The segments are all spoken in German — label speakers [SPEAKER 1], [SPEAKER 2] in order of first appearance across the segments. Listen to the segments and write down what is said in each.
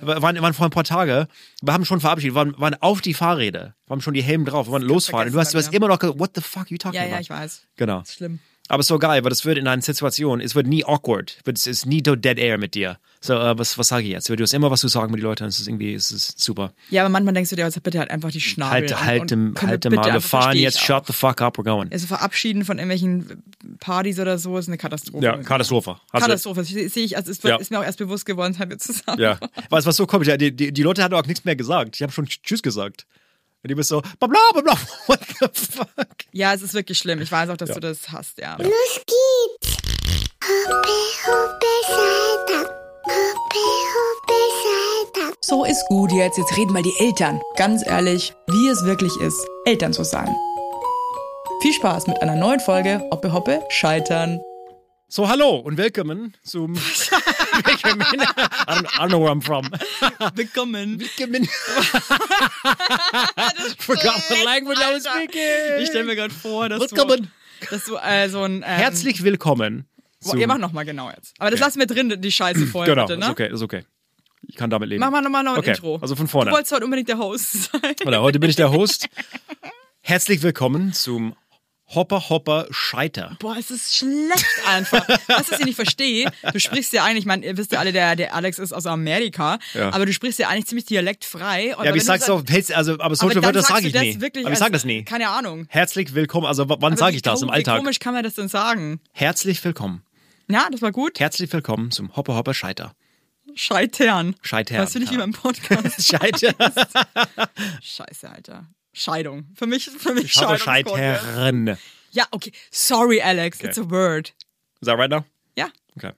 [SPEAKER 1] waren, waren vor ein paar Tage, wir haben schon verabschiedet, waren, waren auf die Fahrräder, haben schon die Helme drauf, wir waren losfahren. Und du hast, du hast
[SPEAKER 2] vergessen
[SPEAKER 1] immer noch gesagt, what the fuck you talking
[SPEAKER 2] Ja,
[SPEAKER 1] about?
[SPEAKER 2] ja, ich weiß.
[SPEAKER 1] Genau.
[SPEAKER 2] Ist schlimm.
[SPEAKER 1] Aber es war geil, weil es wird in einer Situation, es wird nie awkward, wird, es ist nie so dead air mit dir. So, äh, was, was sage ich jetzt? Du hast immer was zu sagen mit den Leuten, es ist irgendwie, es ist super.
[SPEAKER 2] Ja, aber manchmal denkst du dir, also bitte halt einfach die Schnauze.
[SPEAKER 1] Halt, halt, im, halt im Maul, wir fahren jetzt, shut the fuck up, we're going.
[SPEAKER 2] Also verabschieden von irgendwelchen Partys oder so ist eine Katastrophe.
[SPEAKER 1] Ja, Katastrophe. Also-
[SPEAKER 2] Katastrophe. Das sehe ich, also es
[SPEAKER 1] Ja.
[SPEAKER 2] ist mir auch erst bewusst geworden, seit wir zusammen
[SPEAKER 1] Ja.
[SPEAKER 2] waren.
[SPEAKER 1] Was, was so komisch, ja, die, die, die Leute hatten auch nichts mehr gesagt. Ich habe schon Tschüss gesagt. Und die bist so, bla bla bla bla, what the fuck?
[SPEAKER 2] Ja, es ist wirklich schlimm. Ich weiß auch, dass du das hast, ja.
[SPEAKER 3] Los geht's! Hoppe, hoppe, Salda. Hoppe, hoppe, Salda.
[SPEAKER 4] So ist gut jetzt, jetzt reden mal die Eltern. Ganz ehrlich, wie es wirklich ist, Eltern zu sein. Viel Spaß mit einer neuen Folge Hoppe Hoppe Scheitern.
[SPEAKER 1] So, hallo und willkommen zum. willkommen. I don't, I don't know where I'm from.
[SPEAKER 2] Willkommen.
[SPEAKER 1] Willkommen. Forgot the language I was speaking.
[SPEAKER 2] Ich stelle mir gerade vor, dass
[SPEAKER 1] Willkommen.
[SPEAKER 2] du, dass du äh, so ein... Ähm,
[SPEAKER 1] Herzlich willkommen.
[SPEAKER 2] Boah, ihr macht nochmal genau jetzt. Aber das lassen wir drin, die Scheiße vorher,
[SPEAKER 1] Genau,
[SPEAKER 2] bitte, ne?
[SPEAKER 1] ist okay, ist okay. Ich kann damit leben.
[SPEAKER 2] Mach mal nochmal noch ein
[SPEAKER 1] Okay,
[SPEAKER 2] Intro.
[SPEAKER 1] also von vorne.
[SPEAKER 2] Du wolltest heute unbedingt der Host sein.
[SPEAKER 1] Oder heute bin ich der Host. Herzlich willkommen zum Hopper Hopper Scheiter.
[SPEAKER 2] Boah, es ist schlecht einfach. Was ich nicht verstehe, du sprichst ja eigentlich, ich meine, ihr wisst ja alle, der, der Alex ist aus Amerika,
[SPEAKER 1] Ja.
[SPEAKER 2] aber du sprichst ja eigentlich ziemlich dialektfrei. Und
[SPEAKER 1] Ja,
[SPEAKER 2] wenn
[SPEAKER 1] aber ich
[SPEAKER 2] du
[SPEAKER 1] sag's
[SPEAKER 2] so-
[SPEAKER 1] auf, hältst- also, aber
[SPEAKER 2] aber
[SPEAKER 1] solche
[SPEAKER 2] dann
[SPEAKER 1] Wörter
[SPEAKER 2] sagst
[SPEAKER 1] sage
[SPEAKER 2] du
[SPEAKER 1] ich
[SPEAKER 2] das
[SPEAKER 1] nie.
[SPEAKER 2] Wirklich
[SPEAKER 1] aber ich
[SPEAKER 2] als-
[SPEAKER 1] sag das nie.
[SPEAKER 2] Keine Ahnung.
[SPEAKER 1] Herzlich willkommen, also w- wann sage ich das im
[SPEAKER 2] Wie
[SPEAKER 1] Alltag?
[SPEAKER 2] komisch kann man das denn sagen?
[SPEAKER 1] Herzlich willkommen.
[SPEAKER 2] Ja, das war gut.
[SPEAKER 1] Herzlich willkommen zum Hopper Hopper Scheiter.
[SPEAKER 2] Scheitern.
[SPEAKER 1] Scheitern,
[SPEAKER 2] Das finde ich
[SPEAKER 1] ja.
[SPEAKER 2] lieber im Podcast.
[SPEAKER 1] Scheiter.
[SPEAKER 2] Scheiße, Alter. Scheidung. Für mich, für mich
[SPEAKER 1] Hopper
[SPEAKER 2] Scheidung.
[SPEAKER 1] Scheitern. Is
[SPEAKER 2] Ja, okay. Sorry, Alex. It's a word.
[SPEAKER 1] that right now?
[SPEAKER 2] Ja.
[SPEAKER 1] Okay.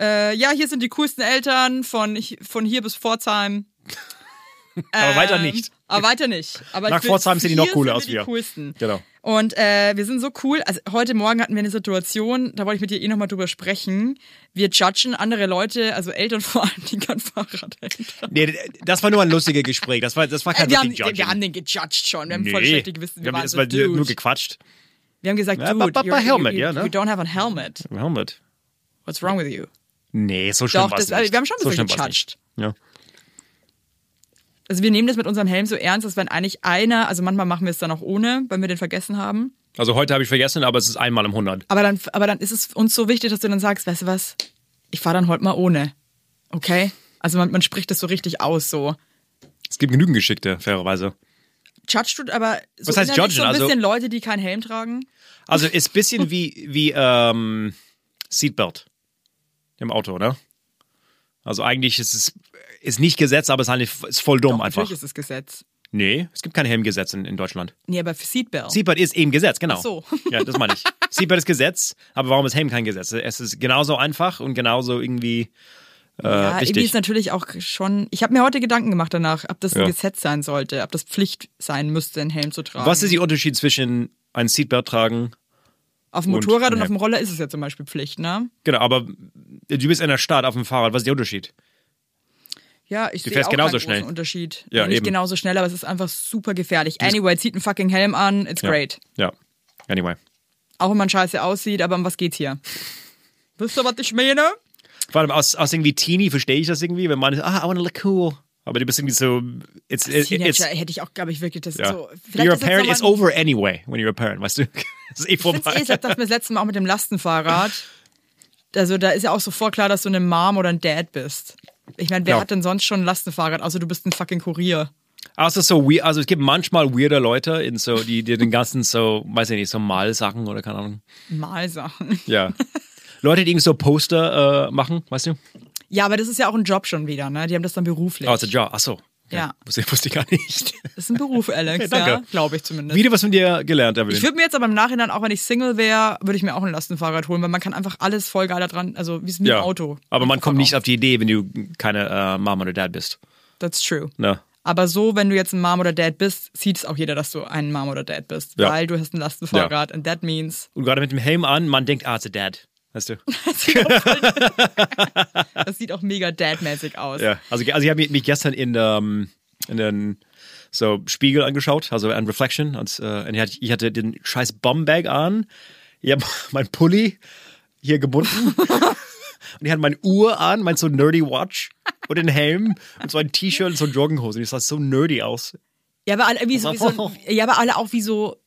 [SPEAKER 2] Äh, ja, hier sind die coolsten Eltern von, hi- von hier bis Pforzheim.
[SPEAKER 1] Aber weiter
[SPEAKER 2] Ähm,
[SPEAKER 1] nicht.
[SPEAKER 2] Aber weiter nicht. Aber
[SPEAKER 1] Nach
[SPEAKER 2] für-
[SPEAKER 1] Pforzheim sehen die noch
[SPEAKER 2] hier
[SPEAKER 1] cooler
[SPEAKER 2] sind
[SPEAKER 1] aus
[SPEAKER 2] wir
[SPEAKER 1] wie wir.
[SPEAKER 2] die coolsten.
[SPEAKER 1] Genau.
[SPEAKER 2] Und äh, wir sind so cool. Also heute Morgen hatten wir eine Situation, da wollte ich mit dir eh nochmal drüber sprechen. Wir judgen andere Leute, also Eltern vor allem, die kein Fahrrad haben.
[SPEAKER 1] Nee, das war nur ein lustiges Gespräch. Das war, das war kein
[SPEAKER 2] Äh, Wir haben,
[SPEAKER 1] wirklich
[SPEAKER 2] wir haben den gejudged schon. Wir haben voll schlechte Gewissen.
[SPEAKER 1] Wir haben
[SPEAKER 2] waren
[SPEAKER 1] jetzt
[SPEAKER 2] so,
[SPEAKER 1] mal
[SPEAKER 2] dude.
[SPEAKER 1] nur gequatscht.
[SPEAKER 2] wir haben gesagt,
[SPEAKER 1] Ja,
[SPEAKER 2] dude,
[SPEAKER 1] ba- ba- ba-
[SPEAKER 2] you're-
[SPEAKER 1] helmet,
[SPEAKER 2] you, you,
[SPEAKER 1] ja, ne?
[SPEAKER 2] you don't have a helmet.
[SPEAKER 1] Ein Helmet.
[SPEAKER 2] What's wrong with you?
[SPEAKER 1] Nee, so schlimm
[SPEAKER 2] Doch,
[SPEAKER 1] war's
[SPEAKER 2] das-
[SPEAKER 1] nicht.
[SPEAKER 2] also wir haben schon ein
[SPEAKER 1] so
[SPEAKER 2] bisschen
[SPEAKER 1] schlimm war's nicht. Ja.
[SPEAKER 2] Also wir nehmen das mit unserem Helm so ernst, dass wenn eigentlich einer, also manchmal machen wir es dann auch ohne, wenn wir den vergessen haben.
[SPEAKER 1] Also heute habe ich vergessen, aber es ist einmal im 100.
[SPEAKER 2] Aber dann, aber dann ist es uns so wichtig, dass du dann sagst, weißt du was, ich fahre dann heute mal ohne. Okay? Also man, man spricht das so richtig aus, so.
[SPEAKER 1] Es gibt genügend Geschickte, fairerweise.
[SPEAKER 2] Judge tut aber so
[SPEAKER 1] Was heißt
[SPEAKER 2] innerlich
[SPEAKER 1] judgen?
[SPEAKER 2] so ein
[SPEAKER 1] Also-
[SPEAKER 2] bisschen Leute, die keinen Helm tragen.
[SPEAKER 1] Also ist ein bisschen wie, wie ähm, Seatbelt im Auto, oder? Also eigentlich ist es ist nicht Gesetz, aber es ist, eigentlich, ist voll dumm einfach.
[SPEAKER 2] Natürlich ist es Gesetz.
[SPEAKER 1] Nee, es gibt kein Helmgesetz in, in Deutschland.
[SPEAKER 2] Nee, aber für Seatbelt.
[SPEAKER 1] Seatbelt ist eben Gesetz, genau.
[SPEAKER 2] Ach so.
[SPEAKER 1] Ja, das meine ich. Seatbelt ist Gesetz, aber warum ist Helm kein Gesetz? Es ist genauso einfach und genauso irgendwie äh,
[SPEAKER 2] ja, irgendwie
[SPEAKER 1] wichtig.
[SPEAKER 2] ist natürlich auch schon. Ich habe mir heute Gedanken gemacht danach, ob das
[SPEAKER 1] Ja.
[SPEAKER 2] ein Gesetz sein sollte, ob das Pflicht sein müsste, einen Helm zu tragen.
[SPEAKER 1] Was ist der Unterschied zwischen ein Seatbelt tragen?
[SPEAKER 2] auf dem
[SPEAKER 1] und-
[SPEAKER 2] Motorrad und,
[SPEAKER 1] nee.
[SPEAKER 2] auf dem Roller ist es ja zum Beispiel Pflicht, ne?
[SPEAKER 1] Genau, aber du bist in der Stadt auf dem Fahrrad. Was ist der Unterschied?
[SPEAKER 2] Ja, ich
[SPEAKER 1] Du
[SPEAKER 2] sehe
[SPEAKER 1] fährst
[SPEAKER 2] auch
[SPEAKER 1] genauso
[SPEAKER 2] keinen großen
[SPEAKER 1] schnell.
[SPEAKER 2] Unterschied.
[SPEAKER 1] Ja,
[SPEAKER 2] Ja, nicht
[SPEAKER 1] eben.
[SPEAKER 2] genauso schnell, aber es ist einfach super gefährlich. Anyway, zieht einen fucking Helm an, it's great.
[SPEAKER 1] Ja. Anyway.
[SPEAKER 2] Auch wenn man scheiße aussieht, aber um was geht's hier? Wisst ihr, was ich meine?
[SPEAKER 1] Vor allem aus, aus irgendwie Teenie verstehe ich das irgendwie, wenn man ist, ah, I wanna look cool. Aber du bist irgendwie so, it's, it's, it's
[SPEAKER 2] Teenager hätte ich auch, glaube ich, wirklich das
[SPEAKER 1] ja.
[SPEAKER 2] so.
[SPEAKER 1] you're a parent,
[SPEAKER 2] ist
[SPEAKER 1] it's over anyway when you're a parent, weißt du? das ist eh
[SPEAKER 2] Find's eh,
[SPEAKER 1] vorbei.
[SPEAKER 2] ich hab das mir das letzte Mal auch mit dem Lastenfahrrad. Also da ist ja auch sofort klar, dass du eine Mom oder ein Dad bist. Ich meine, wer
[SPEAKER 1] Ja.
[SPEAKER 2] hat denn sonst schon ein Lastenfahrrad, außer du bist ein fucking Kurier?
[SPEAKER 1] Also so weird, also es gibt manchmal weirder Leute in so, die, die den ganzen so, weiß ich nicht, so Malsachen oder keine Ahnung.
[SPEAKER 2] Malsachen.
[SPEAKER 1] Ja. Leute, die irgendwie so Poster äh, machen, weißt du?
[SPEAKER 2] Ja, aber das ist ja auch ein Job schon wieder, ne? Die haben das dann beruflich.
[SPEAKER 1] Oh, it's a job. Ach so.
[SPEAKER 2] Ja.
[SPEAKER 1] Wusste, wusste ich gar nicht.
[SPEAKER 2] Das ist ein Beruf, Alex,
[SPEAKER 1] Hey, danke.
[SPEAKER 2] ja, glaube ich zumindest.
[SPEAKER 1] Wieder was von dir gelernt, Evelyn.
[SPEAKER 2] Ich würde mir jetzt aber im Nachhinein, auch wenn ich Single wäre, würde ich mir auch ein Lastenfahrrad holen, weil man kann einfach alles voll geil da dran, also wie es mit
[SPEAKER 1] ja.
[SPEAKER 2] dem Auto.
[SPEAKER 1] Aber man
[SPEAKER 2] Einfach
[SPEAKER 1] kommt nicht
[SPEAKER 2] auch.
[SPEAKER 1] auf die Idee, wenn du keine äh, Mom oder Dad bist.
[SPEAKER 2] That's true.
[SPEAKER 1] Ne?
[SPEAKER 2] Aber so, wenn du jetzt ein Mom oder Dad bist, sieht es auch jeder, dass du ein Mom oder Dad bist,
[SPEAKER 1] Ja.
[SPEAKER 2] weil du hast ein Lastenfahrrad and that means
[SPEAKER 1] Und gerade mit dem Helm an, man denkt, ah, it's a dad. Weißt du?
[SPEAKER 2] das sieht auch mega dadmäßig aus.
[SPEAKER 1] Ja. Also, also ich habe mich gestern in, ähm, in den so Spiegel angeschaut, also an Reflection. Und, äh, und ich, hatte, ich hatte den scheiß Bombbag an. Ich habe meinen Pulli hier gebunden. Und ich hatte meine Uhr an, mein so nerdy Watch und den Helm und so ein T-Shirt und so Joggenhose. Und ich sah so nerdy aus.
[SPEAKER 2] Ja, aber alle, wie so, wie so,
[SPEAKER 1] Wow.
[SPEAKER 2] ja, aber alle auch wie so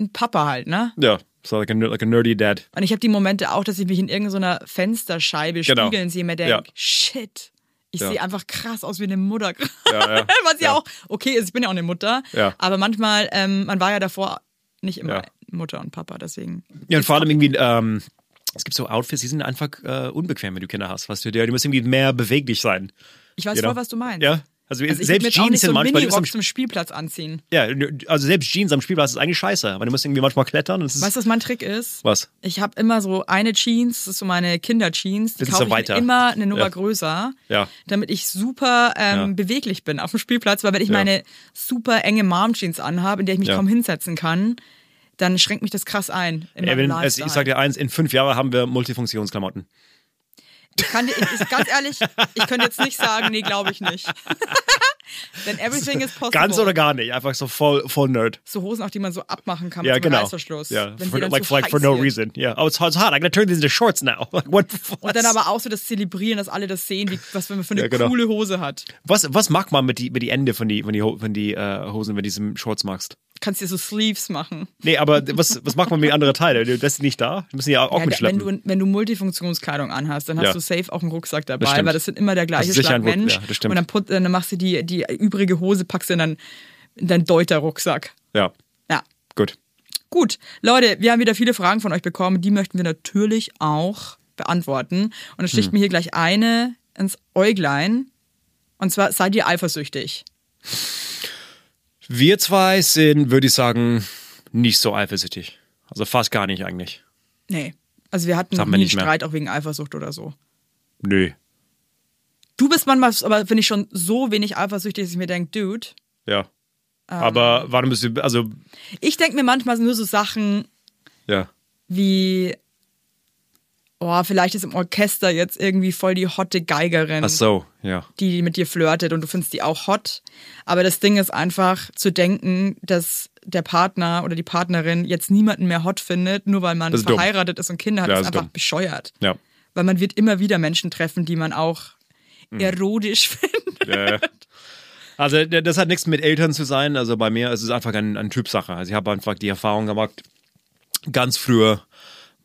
[SPEAKER 2] ein Papa halt, ne?
[SPEAKER 1] Ja, so like a, ner- like a nerdy dad.
[SPEAKER 2] Und ich habe die Momente auch, dass ich mich in irgendeiner Fensterscheibe
[SPEAKER 1] Genau.
[SPEAKER 2] spiegeln sehe und mir denke,
[SPEAKER 1] Ja.
[SPEAKER 2] shit, ich
[SPEAKER 1] Ja.
[SPEAKER 2] sehe einfach krass aus wie eine Mutter.
[SPEAKER 1] Ja, ja.
[SPEAKER 2] Was ja,
[SPEAKER 1] Ja.
[SPEAKER 2] auch okay ist, ich bin ja auch eine Mutter.
[SPEAKER 1] Ja.
[SPEAKER 2] Aber manchmal, ähm, man war ja davor nicht immer
[SPEAKER 1] Ja.
[SPEAKER 2] Mutter und Papa, deswegen.
[SPEAKER 1] Ja, und vor allem irgendwie, ähm, es gibt so Outfits, die sind einfach äh, unbequem, wenn du Kinder hast. Weißt du, die, die müssen irgendwie mehr beweglich sein.
[SPEAKER 2] Ich weiß voll, was du meinst.
[SPEAKER 1] Genau. Ja. Also,
[SPEAKER 2] Also ich würd mir
[SPEAKER 1] selbst
[SPEAKER 2] jetzt auch
[SPEAKER 1] Jeans
[SPEAKER 2] nicht so
[SPEAKER 1] sind
[SPEAKER 2] einen
[SPEAKER 1] manchmal. du bist am,
[SPEAKER 2] Minirock zum Spielplatz anziehen.
[SPEAKER 1] ja, also selbst Jeans am Spielplatz ist eigentlich scheiße, weil du musst irgendwie manchmal klettern. Und es ist,
[SPEAKER 2] Weißt du, was mein Trick ist?
[SPEAKER 1] was?
[SPEAKER 2] Ich habe immer so eine Jeans, das ist so meine Kinderjeans, die
[SPEAKER 1] Bisschen
[SPEAKER 2] kaufe
[SPEAKER 1] so
[SPEAKER 2] ich
[SPEAKER 1] weiter.
[SPEAKER 2] mir immer eine Nummer
[SPEAKER 1] Ja.
[SPEAKER 2] größer,
[SPEAKER 1] Ja.
[SPEAKER 2] damit ich super ähm,
[SPEAKER 1] Ja.
[SPEAKER 2] beweglich bin auf dem Spielplatz, weil wenn ich
[SPEAKER 1] Ja.
[SPEAKER 2] meine super enge Mom-Jeans anhabe, in der ich mich
[SPEAKER 1] Ja.
[SPEAKER 2] kaum hinsetzen kann, dann schränkt mich das krass ein. In meinem
[SPEAKER 1] Evan, also
[SPEAKER 2] Lifestyle.
[SPEAKER 1] ich sag dir eins, in fünf Jahren haben wir Multifunktionsklamotten.
[SPEAKER 2] Ich kann dir, ich, ich- ganz ehrlich, ich könnte jetzt nicht sagen, nee, glaube ich nicht. Denn everything is possible.
[SPEAKER 1] Ganz oder gar nicht, einfach so voll, voll Nerd.
[SPEAKER 2] so Hosen, auch die man so abmachen kann
[SPEAKER 1] Ja,
[SPEAKER 2] mit so einem
[SPEAKER 1] genau.
[SPEAKER 2] Reißverschluss.
[SPEAKER 1] Ja,
[SPEAKER 2] wenn sie
[SPEAKER 1] for,
[SPEAKER 2] dann
[SPEAKER 1] like,
[SPEAKER 2] so
[SPEAKER 1] like for
[SPEAKER 2] heiß
[SPEAKER 1] no
[SPEAKER 2] wird.
[SPEAKER 1] reason. Yeah. Oh, it's, it's hot. I'm gonna turn these into shorts now. Like, what,
[SPEAKER 2] Und dann aber auch so das Zelebrieren, dass alle das sehen, wie, was man für eine
[SPEAKER 1] Ja, genau.
[SPEAKER 2] coole Hose hat.
[SPEAKER 1] was, was mag man mit die, mit die Ende von die, von die, Ho- von die äh, Hosen, wenn du diesem Shorts magst?
[SPEAKER 2] kannst dir so Sleeves machen.
[SPEAKER 1] Nee, aber was, was macht man mit anderen Teilen? Du lässt sie nicht da? Die müssen ja auch
[SPEAKER 2] Ja, da- wenn,
[SPEAKER 1] mitschleppen.
[SPEAKER 2] du, wenn du Multifunktionskleidung anhast, dann hast
[SPEAKER 1] Ja.
[SPEAKER 2] du safe auch einen Rucksack
[SPEAKER 1] Das
[SPEAKER 2] dabei,
[SPEAKER 1] stimmt.
[SPEAKER 2] weil das sind immer der gleiche
[SPEAKER 1] Das ist sicher ein
[SPEAKER 2] Schlag
[SPEAKER 1] Ruck-
[SPEAKER 2] Mensch.
[SPEAKER 1] ja, das stimmt.
[SPEAKER 2] Und dann, put, dann machst du die, die übrige Hose, packst du in deinen, in deinen Deuter-Rucksack.
[SPEAKER 1] ja,
[SPEAKER 2] Ja.
[SPEAKER 1] gut.
[SPEAKER 2] Gut, Leute, wir haben wieder viele Fragen von euch bekommen. Die möchten wir natürlich auch beantworten. Und dann
[SPEAKER 1] Hm.
[SPEAKER 2] sticht mir hier gleich eine ins Äuglein. Und zwar, seid ihr eifersüchtig?
[SPEAKER 1] Wir zwei sind, würde ich sagen, nicht so eifersüchtig. Also fast gar nicht eigentlich.
[SPEAKER 2] Nee. Also wir hatten
[SPEAKER 1] Das
[SPEAKER 2] noch
[SPEAKER 1] haben wir
[SPEAKER 2] nie einen
[SPEAKER 1] nicht mehr.
[SPEAKER 2] Streit, auch wegen Eifersucht oder so.
[SPEAKER 1] Nö.
[SPEAKER 2] Du bist manchmal, aber finde ich schon so wenig eifersüchtig, dass ich mir denke, Dude,
[SPEAKER 1] Ja. Aber warum bist du, also, hm.
[SPEAKER 2] Ich denke mir manchmal nur so Sachen
[SPEAKER 1] ja.
[SPEAKER 2] wie, oh, vielleicht ist im Orchester jetzt irgendwie voll die hotte Geigerin,
[SPEAKER 1] Ach so, ja.
[SPEAKER 2] die mit dir flirtet und du findest die auch hot. Aber das Ding ist einfach zu denken, dass der Partner oder die Partnerin jetzt niemanden mehr hot findet, nur weil man
[SPEAKER 1] Das ist dumm.
[SPEAKER 2] verheiratet ist und Kinder hat,
[SPEAKER 1] Ja,
[SPEAKER 2] ist
[SPEAKER 1] das ist
[SPEAKER 2] einfach
[SPEAKER 1] dumm.
[SPEAKER 2] bescheuert.
[SPEAKER 1] Ja.
[SPEAKER 2] Weil man wird immer wieder Menschen treffen, die man auch
[SPEAKER 1] Mhm.
[SPEAKER 2] erotisch findet.
[SPEAKER 1] Äh, Also d- das hat nichts mit Eltern zu sein. Also bei mir ist es einfach ein, ein Typsache. Also ich habe einfach die Erfahrung gemacht, ganz früher,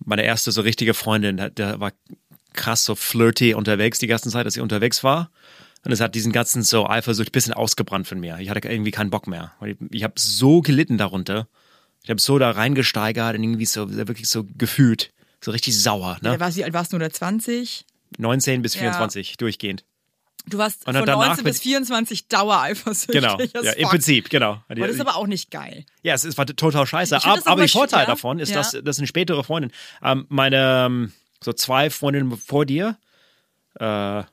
[SPEAKER 1] meine erste so richtige Freundin, da- der war krass so flirty unterwegs die ganze Zeit, als ich unterwegs war. Und es hat diesen ganzen so Eifersucht ein bisschen ausgebrannt von mir. Ich hatte irgendwie keinen Bock mehr. Weil Ich, ich habe so gelitten darunter. Ich habe so da reingesteigert und irgendwie so wirklich so gefühlt. So richtig sauer. Ne?
[SPEAKER 2] Da war sie alt, warst du nur 20?
[SPEAKER 1] 19 bis 24 durchgehend.
[SPEAKER 2] Du warst
[SPEAKER 1] Und dann
[SPEAKER 2] von
[SPEAKER 1] danach
[SPEAKER 2] 19 bis
[SPEAKER 1] bin-
[SPEAKER 2] 24 dauereifersüchtig.
[SPEAKER 1] Genau.
[SPEAKER 2] as
[SPEAKER 1] Ja, Im
[SPEAKER 2] fuck.
[SPEAKER 1] Prinzip, genau.
[SPEAKER 2] Aber das ist aber auch nicht geil.
[SPEAKER 1] Ja, es, ist- war total scheiße.
[SPEAKER 2] Ich find
[SPEAKER 1] Ab,
[SPEAKER 2] das auch
[SPEAKER 1] aber
[SPEAKER 2] mal
[SPEAKER 1] der Vorteil
[SPEAKER 2] schwer.
[SPEAKER 1] davon ist,
[SPEAKER 2] Ja.
[SPEAKER 1] dass das sind spätere Freundin. Ähm, meine ähm, so zwei Freundinnen vor dir, äh,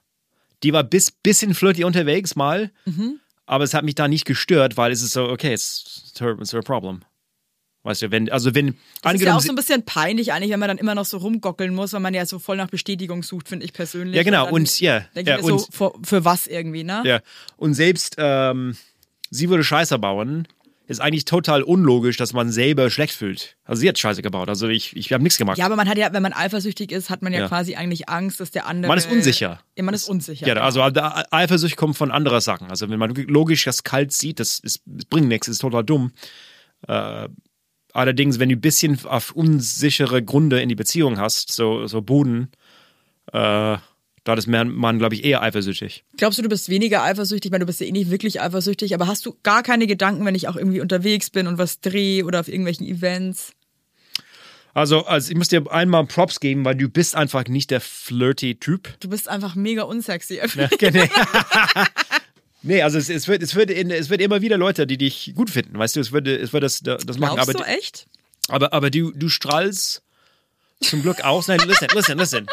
[SPEAKER 1] die war bis bisschen flirty unterwegs mal,
[SPEAKER 2] Mhm.
[SPEAKER 1] aber es hat mich da nicht gestört, weil es ist so okay, it's, it's, her, it's her problem. Weißt du, wenn also wenn
[SPEAKER 2] Ist ja
[SPEAKER 1] angenommen
[SPEAKER 2] auch so ein bisschen peinlich eigentlich, wenn man dann immer noch so rumgockeln muss, weil man ja so voll nach Bestätigung sucht, finde ich persönlich.
[SPEAKER 1] Ja, genau.
[SPEAKER 2] dann
[SPEAKER 1] Und, ja,
[SPEAKER 2] denke
[SPEAKER 1] ja,
[SPEAKER 2] ich mir so,
[SPEAKER 1] und-
[SPEAKER 2] für, für was irgendwie, ne?
[SPEAKER 1] sie- ja, und selbst ähm, sie würde Scheiße bauen. Ist eigentlich total unlogisch, dass man selber schlecht fühlt. Also sie hat Scheiße gebaut. Also ich, ich habe nichts gemacht.
[SPEAKER 2] Ja, aber man hat ja, wenn man eifersüchtig ist, hat man ja,
[SPEAKER 1] Ja.
[SPEAKER 2] quasi eigentlich Angst, dass der andere.
[SPEAKER 1] Man ist unsicher.
[SPEAKER 2] Ja, man ist unsicher.
[SPEAKER 1] Ja, also da- Eifersucht kommt von anderer Sachen. Also wenn man logisch das kalt sieht, das, ist, das bringt nichts, ist total dumm. Äh, allerdings, wenn du ein bisschen auf unsichere Gründe in die Beziehung hast, so, so Boden, äh, da ist man, man glaube ich, eher eifersüchtig.
[SPEAKER 2] Glaubst du, du bist weniger eifersüchtig? Ich meine, du bist ja eh nicht wirklich eifersüchtig, aber hast du gar keine Gedanken, wenn ich auch irgendwie unterwegs bin und was drehe oder auf irgendwelchen Events?
[SPEAKER 1] Also, also ich muss dir einmal Props geben, weil du bist einfach nicht der flirty Typ.
[SPEAKER 2] Du bist einfach mega unsexy.
[SPEAKER 1] nee. nee, also es, es, wird, es, wird in, es wird immer wieder Leute, die dich gut finden, weißt du, es würde es wird das, das machen.
[SPEAKER 2] Glaubst
[SPEAKER 1] aber
[SPEAKER 2] du echt?
[SPEAKER 1] Aber, aber du, du strahlst zum Glück aus. Nein, listen, listen, listen.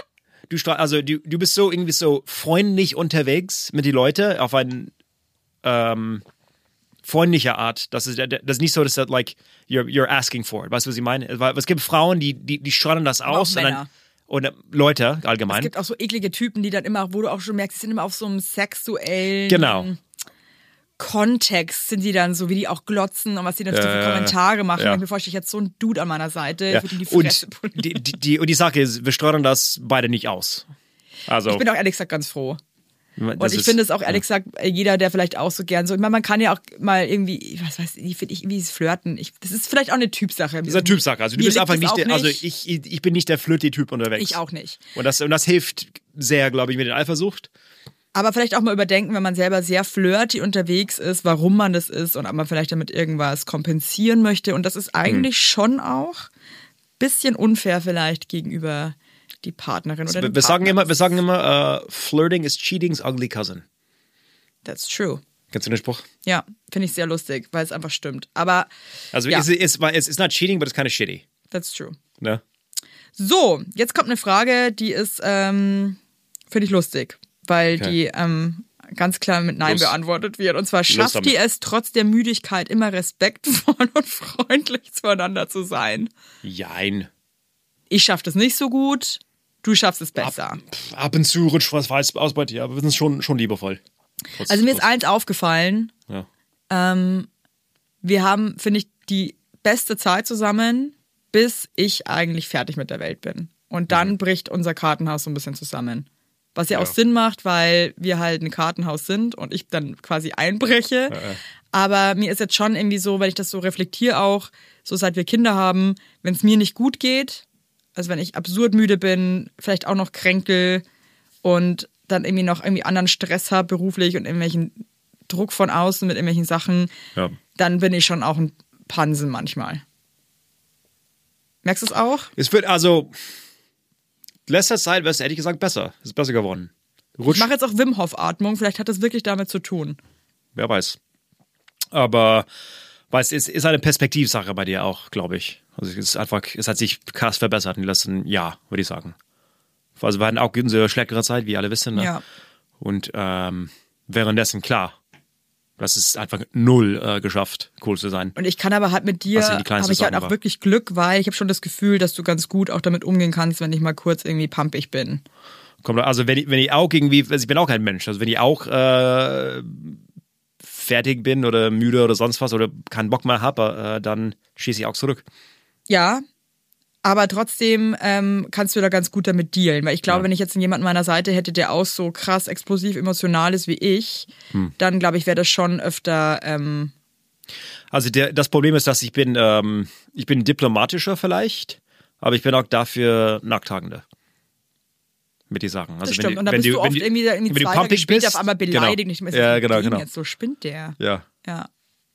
[SPEAKER 1] Du strahlst, also du, du bist so irgendwie so freundlich unterwegs mit den Leuten auf eine ähm, freundliche Art. Das ist, das ist nicht so, dass das like you're, you're asking for it. Weißt du, was ich meine? Weil es gibt Frauen, die, die, die strahlen das
[SPEAKER 2] Aber auch
[SPEAKER 1] aus. und
[SPEAKER 2] Männer.
[SPEAKER 1] dann, und äh, Leute allgemein.
[SPEAKER 2] Es gibt auch so eklige Typen, die dann immer, wo du auch schon merkst, die sind immer auf so einem sexuellen
[SPEAKER 1] genau.
[SPEAKER 2] Kontext sind die dann so, wie die auch glotzen und was die dann
[SPEAKER 1] Ja,
[SPEAKER 2] so für
[SPEAKER 1] ja, ja.
[SPEAKER 2] Kommentare machen.
[SPEAKER 1] Ja.
[SPEAKER 2] Ich mir vorstelle, ich hätte so einen Dude an meiner Seite, ich
[SPEAKER 1] Ja.
[SPEAKER 2] würde ihm die Fresse
[SPEAKER 1] Und
[SPEAKER 2] polieren.
[SPEAKER 1] die, die, die, und die Sache ist, wir steuern das beide nicht aus. Also,
[SPEAKER 2] Ich bin auch ehrlich gesagt ganz froh.
[SPEAKER 1] das
[SPEAKER 2] Und ich
[SPEAKER 1] ist-
[SPEAKER 2] finde es auch ehrlich gesagt, äh, jeder, der vielleicht auch so gern so, ich meine, man kann ja auch mal irgendwie, was weiß ich, finde ich, irgendwie dieses Flirten. Ich, das ist vielleicht auch eine Typsache.
[SPEAKER 1] Das ist eine Typsache. Also du
[SPEAKER 2] Mir
[SPEAKER 1] bist
[SPEAKER 2] liegt
[SPEAKER 1] einfach
[SPEAKER 2] es
[SPEAKER 1] nicht,
[SPEAKER 2] auch
[SPEAKER 1] der, also ich, ich ich bin nicht der Flirty-Typ unterwegs.
[SPEAKER 2] Ich auch nicht.
[SPEAKER 1] Und das, und das hilft sehr, glaube ich, mit den Eifersucht.
[SPEAKER 2] Aber vielleicht auch mal überdenken, wenn man selber sehr flirty unterwegs ist, warum man das ist und ob man vielleicht damit irgendwas kompensieren möchte. Und das ist
[SPEAKER 1] Mhm.
[SPEAKER 2] eigentlich schon auch ein bisschen unfair vielleicht gegenüber die Partnerin oder
[SPEAKER 1] Wir,
[SPEAKER 2] den
[SPEAKER 1] wir sagen
[SPEAKER 2] Partner.
[SPEAKER 1] immer, wir sagen immer, äh, Flirting is cheating's ugly cousin.
[SPEAKER 2] That's true.
[SPEAKER 1] Kennst du den Spruch?
[SPEAKER 2] Ja, finde ich sehr lustig, weil es einfach stimmt. Aber
[SPEAKER 1] Also
[SPEAKER 2] Ja.
[SPEAKER 1] es ist it's, it's not cheating, but it's kind of shitty.
[SPEAKER 2] that's true.
[SPEAKER 1] Ne?
[SPEAKER 2] So, jetzt kommt eine Frage, die ist, ähm, finde ich lustig, weil
[SPEAKER 1] Okay.
[SPEAKER 2] die ähm, ganz klar mit Nein
[SPEAKER 1] Los.
[SPEAKER 2] beantwortet wird. Und zwar schafft
[SPEAKER 1] damit.
[SPEAKER 2] ihr es, trotz der Müdigkeit immer respektvoll und freundlich zueinander zu sein?
[SPEAKER 1] Jein.
[SPEAKER 2] Ich schaff das nicht so gut, du schaffst es besser.
[SPEAKER 1] Pff, Ab und zu rutscht was weiß aus bei dir, aber wir sind schon, schon liebevoll. Trotz-
[SPEAKER 2] Also mir ist
[SPEAKER 1] trotz-
[SPEAKER 2] eins aufgefallen,
[SPEAKER 1] ja.
[SPEAKER 2] ähm, wir haben, finde ich, die beste Zeit zusammen, bis ich eigentlich fertig mit der Welt bin. Und dann bricht unser Kartenhaus so ein bisschen zusammen. Was ja, auch Sinn macht, weil wir halt ein Kartenhaus sind und ich dann quasi einbreche. Aber mir ist jetzt schon irgendwie so, wenn ich das so reflektiere auch, so seit wir Kinder haben, wenn es mir nicht gut geht, also wenn ich absurd müde bin, vielleicht auch noch kränkel und dann irgendwie noch irgendwie anderen Stress habe beruflich und irgendwelchen Druck von außen mit irgendwelchen Sachen,
[SPEAKER 1] Ja.
[SPEAKER 2] dann bin ich schon auch ein Pansen manchmal. Merkst du es auch?
[SPEAKER 1] Es wird also letzter Zeit wäre es ehrlich gesagt besser. Es ist besser geworden.
[SPEAKER 2] Ich
[SPEAKER 1] Rutscht
[SPEAKER 2] mache jetzt auch Wim Hof Atmung, vielleicht hat das wirklich damit zu tun.
[SPEAKER 1] Wer weiß. Aber weiß, es ist eine Perspektivsache bei dir auch, glaube ich. Also es ist einfach, es hat sich krass verbessert im letzten Jahr, würde ich sagen. Also wir hatten auch unsere schlechtere Zeit, wie alle wissen. Ne?
[SPEAKER 2] Ja.
[SPEAKER 1] Und ähm, währenddessen, klar, das ist einfach null äh, geschafft, cool zu sein.
[SPEAKER 2] Und ich kann aber halt mit dir,
[SPEAKER 1] Was sind die kleinsten
[SPEAKER 2] habe ich halt
[SPEAKER 1] Sachen
[SPEAKER 2] auch
[SPEAKER 1] war?
[SPEAKER 2] wirklich Glück, weil ich habe schon das Gefühl, dass du ganz gut auch damit umgehen kannst, wenn ich mal kurz irgendwie pumpig bin.
[SPEAKER 1] Kommt, also wenn ich, wenn ich auch irgendwie, also ich bin auch kein Mensch, also wenn ich auch äh, fertig bin oder müde oder sonst was oder keinen Bock mehr habe, äh, dann schieße ich auch zurück.
[SPEAKER 2] Ja, aber trotzdem ähm, kannst du da ganz gut damit dealen, weil ich glaube, wenn ich jetzt jemanden meiner Seite hätte, der auch so krass explosiv emotional ist wie ich,
[SPEAKER 1] Hm.
[SPEAKER 2] dann glaube ich, wäre das schon öfter ähm,
[SPEAKER 1] Also der, das Problem ist, dass ich bin, ähm, ich bin diplomatischer vielleicht, aber ich bin auch dafür nachtragender. Mit die Sachen. Also
[SPEAKER 2] Das stimmt.
[SPEAKER 1] die-
[SPEAKER 2] und dann bist
[SPEAKER 1] die-
[SPEAKER 2] du oft
[SPEAKER 1] die-
[SPEAKER 2] irgendwie, da irgendwie
[SPEAKER 1] wenn
[SPEAKER 2] zwei
[SPEAKER 1] du
[SPEAKER 2] Tage
[SPEAKER 1] pumpig
[SPEAKER 2] später
[SPEAKER 1] bist,
[SPEAKER 2] auf einmal beleidigt.
[SPEAKER 1] Genau.
[SPEAKER 2] Und ich
[SPEAKER 1] Ja,
[SPEAKER 2] weiß,
[SPEAKER 1] genau,
[SPEAKER 2] was ging
[SPEAKER 1] genau.
[SPEAKER 2] Jetzt so spinnt der.
[SPEAKER 1] Ja,
[SPEAKER 2] Ja.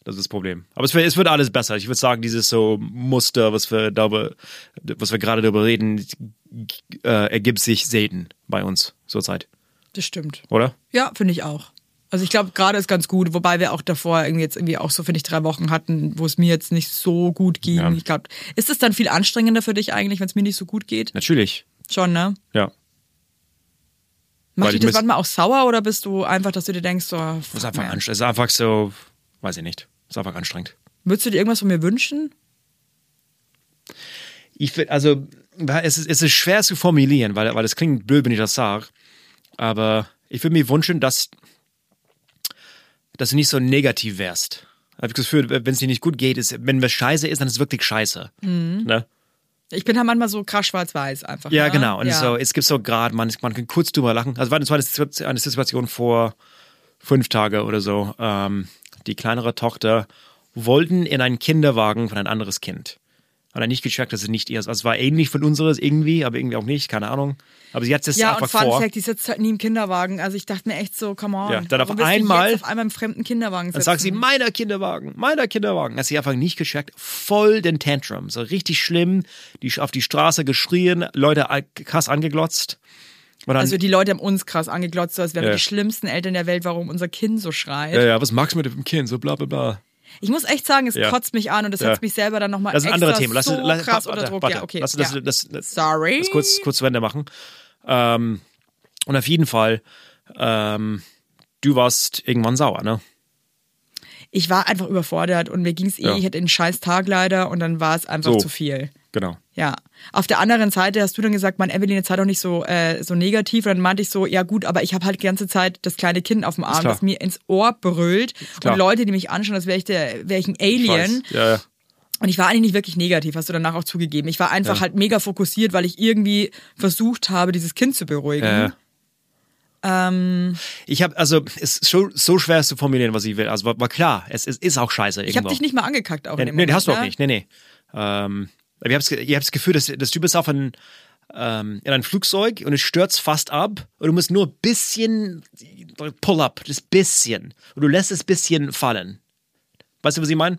[SPEAKER 1] das ist das Problem. Aber es wird, es wird alles besser. Ich würde sagen, dieses so Muster, was wir darüber, was wir gerade darüber reden, äh, ergibt sich selten bei uns zurzeit,
[SPEAKER 2] das stimmt.
[SPEAKER 1] oder?
[SPEAKER 2] Ja, finde ich auch. Also ich glaube, gerade ist ganz gut, wobei wir auch davor irgendwie jetzt irgendwie auch so, finde ich, drei Wochen hatten, wo es mir jetzt nicht so gut ging.
[SPEAKER 1] Ja.
[SPEAKER 2] Ich glaube, ist es dann viel anstrengender für dich eigentlich, wenn es mir nicht so gut geht?
[SPEAKER 1] Natürlich.
[SPEAKER 2] Schon, ne?
[SPEAKER 1] Ja.
[SPEAKER 2] Macht
[SPEAKER 1] Weil
[SPEAKER 2] dich
[SPEAKER 1] ich
[SPEAKER 2] das
[SPEAKER 1] miss-
[SPEAKER 2] manchmal auch sauer oder bist du einfach, dass du dir denkst, so, fuck,
[SPEAKER 1] Es ist einfach
[SPEAKER 2] man.
[SPEAKER 1] anstrengend. Es ist einfach so, weiß ich nicht. Es ist einfach anstrengend.
[SPEAKER 2] würdest du dir irgendwas von mir wünschen?
[SPEAKER 1] ich finde, also, es ist, es ist schwer zu formulieren, weil, weil es klingt blöd, wenn ich das sage. Aber ich würde mir wünschen, dass, dass du nicht so negativ wärst. Hab Ich das Gefühl, wenn es dir nicht gut geht, ist, wenn was scheiße ist, dann ist es wirklich scheiße. Ne?
[SPEAKER 2] Ich bin halt manchmal so krass schwarz-weiß einfach.
[SPEAKER 1] Ja,
[SPEAKER 2] ne?
[SPEAKER 1] genau. Und
[SPEAKER 2] ja.
[SPEAKER 1] So, es gibt so gerade, man, man kann kurz drüber lachen. Also, war das war eine Situ- eine Situation vor fünf Tagen oder so. Ähm, die kleinere Tochter wollten in einen Kinderwagen von ein anderes Kind. Hat er nicht gecheckt, dass es nicht ihr ist. Also, es war ähnlich von unseres irgendwie, aber irgendwie auch nicht, keine Ahnung. Aber sie hat es
[SPEAKER 2] Ja, und
[SPEAKER 1] einfach
[SPEAKER 2] Fun
[SPEAKER 1] vor.
[SPEAKER 2] Fact, die sitzt halt nie im Kinderwagen. Also ich dachte mir echt so, come on.
[SPEAKER 1] Ja, dann auf
[SPEAKER 2] warum willst du
[SPEAKER 1] einmal-
[SPEAKER 2] Jetzt auf einmal im fremden Kinderwagen sitzen.
[SPEAKER 1] Dann sagt sie, meiner Kinderwagen, meiner Kinderwagen. Hat sie einfach nicht gecheckt. Voll den Tantrum. So richtig schlimm. Die, auf die Straße geschrien, Leute krass angeglotzt. Und dann,
[SPEAKER 2] also die Leute haben uns krass angeglotzt, so als wären wir
[SPEAKER 1] Ja.
[SPEAKER 2] die schlimmsten Eltern der Welt, warum unser Kind so schreit.
[SPEAKER 1] ja, ja, was magst du mit dem Kind? So bla bla bla.
[SPEAKER 2] Ich muss echt sagen, es
[SPEAKER 1] Ja.
[SPEAKER 2] kotzt mich an und das
[SPEAKER 1] Ja.
[SPEAKER 2] hat mich selber dann nochmal
[SPEAKER 1] Das ist
[SPEAKER 2] extra
[SPEAKER 1] ein anderes Thema. Lass,
[SPEAKER 2] so
[SPEAKER 1] lass,
[SPEAKER 2] krass
[SPEAKER 1] warte,
[SPEAKER 2] unter Druck.
[SPEAKER 1] Warte,
[SPEAKER 2] ja, okay.
[SPEAKER 1] lass,
[SPEAKER 2] ja.
[SPEAKER 1] Lass, lass, lass,
[SPEAKER 2] Sorry.
[SPEAKER 1] lass kurz, kurz zu Ende machen. Ähm, und auf jeden Fall, ähm, du warst irgendwann sauer, ne?
[SPEAKER 2] ich war einfach überfordert und mir ging es eh,
[SPEAKER 1] Ja.
[SPEAKER 2] ich hatte einen scheiß Tag leider und dann war es einfach
[SPEAKER 1] So.
[SPEAKER 2] zu viel.
[SPEAKER 1] Genau.
[SPEAKER 2] Ja. Auf der anderen Seite hast du dann gesagt, man, Evelyn, jetzt sei doch nicht so, äh, so negativ. Und dann meinte ich so, ja gut, aber ich habe halt die ganze Zeit das kleine Kind auf dem Arm,
[SPEAKER 1] klar.
[SPEAKER 2] das mir ins Ohr brüllt.
[SPEAKER 1] klar.
[SPEAKER 2] Und Leute, die mich anschauen, als wäre ich, der- wäre ich ein
[SPEAKER 1] Ich weiß.
[SPEAKER 2] Alien.
[SPEAKER 1] Ja, ja.
[SPEAKER 2] Und ich war eigentlich nicht wirklich negativ, hast du danach auch zugegeben. Ich war einfach
[SPEAKER 1] Ja.
[SPEAKER 2] halt mega fokussiert, weil ich irgendwie versucht habe, dieses Kind zu beruhigen.
[SPEAKER 1] Ja, ja.
[SPEAKER 2] Mhm. Ähm,
[SPEAKER 1] Ich habe, also, es ist so, so schwer es zu formulieren, was ich will. Also, war, war klar, es, es ist auch scheiße.
[SPEAKER 2] ich habe
[SPEAKER 1] irgendwo.
[SPEAKER 2] dich nicht mal angekackt auch.
[SPEAKER 1] Nee,
[SPEAKER 2] in
[SPEAKER 1] nee den
[SPEAKER 2] dem Moment,
[SPEAKER 1] hast du auch
[SPEAKER 2] ne?
[SPEAKER 1] nicht. Nee, nee. Ähm, aber ich habe das Gefühl, dass das Typ ist auf ein, ähm, in ein Flugzeug und es stürzt fast ab und du musst nur ein bisschen Pull-up, das bisschen. Und du lässt es ein bisschen fallen. Weißt du, was ich meine?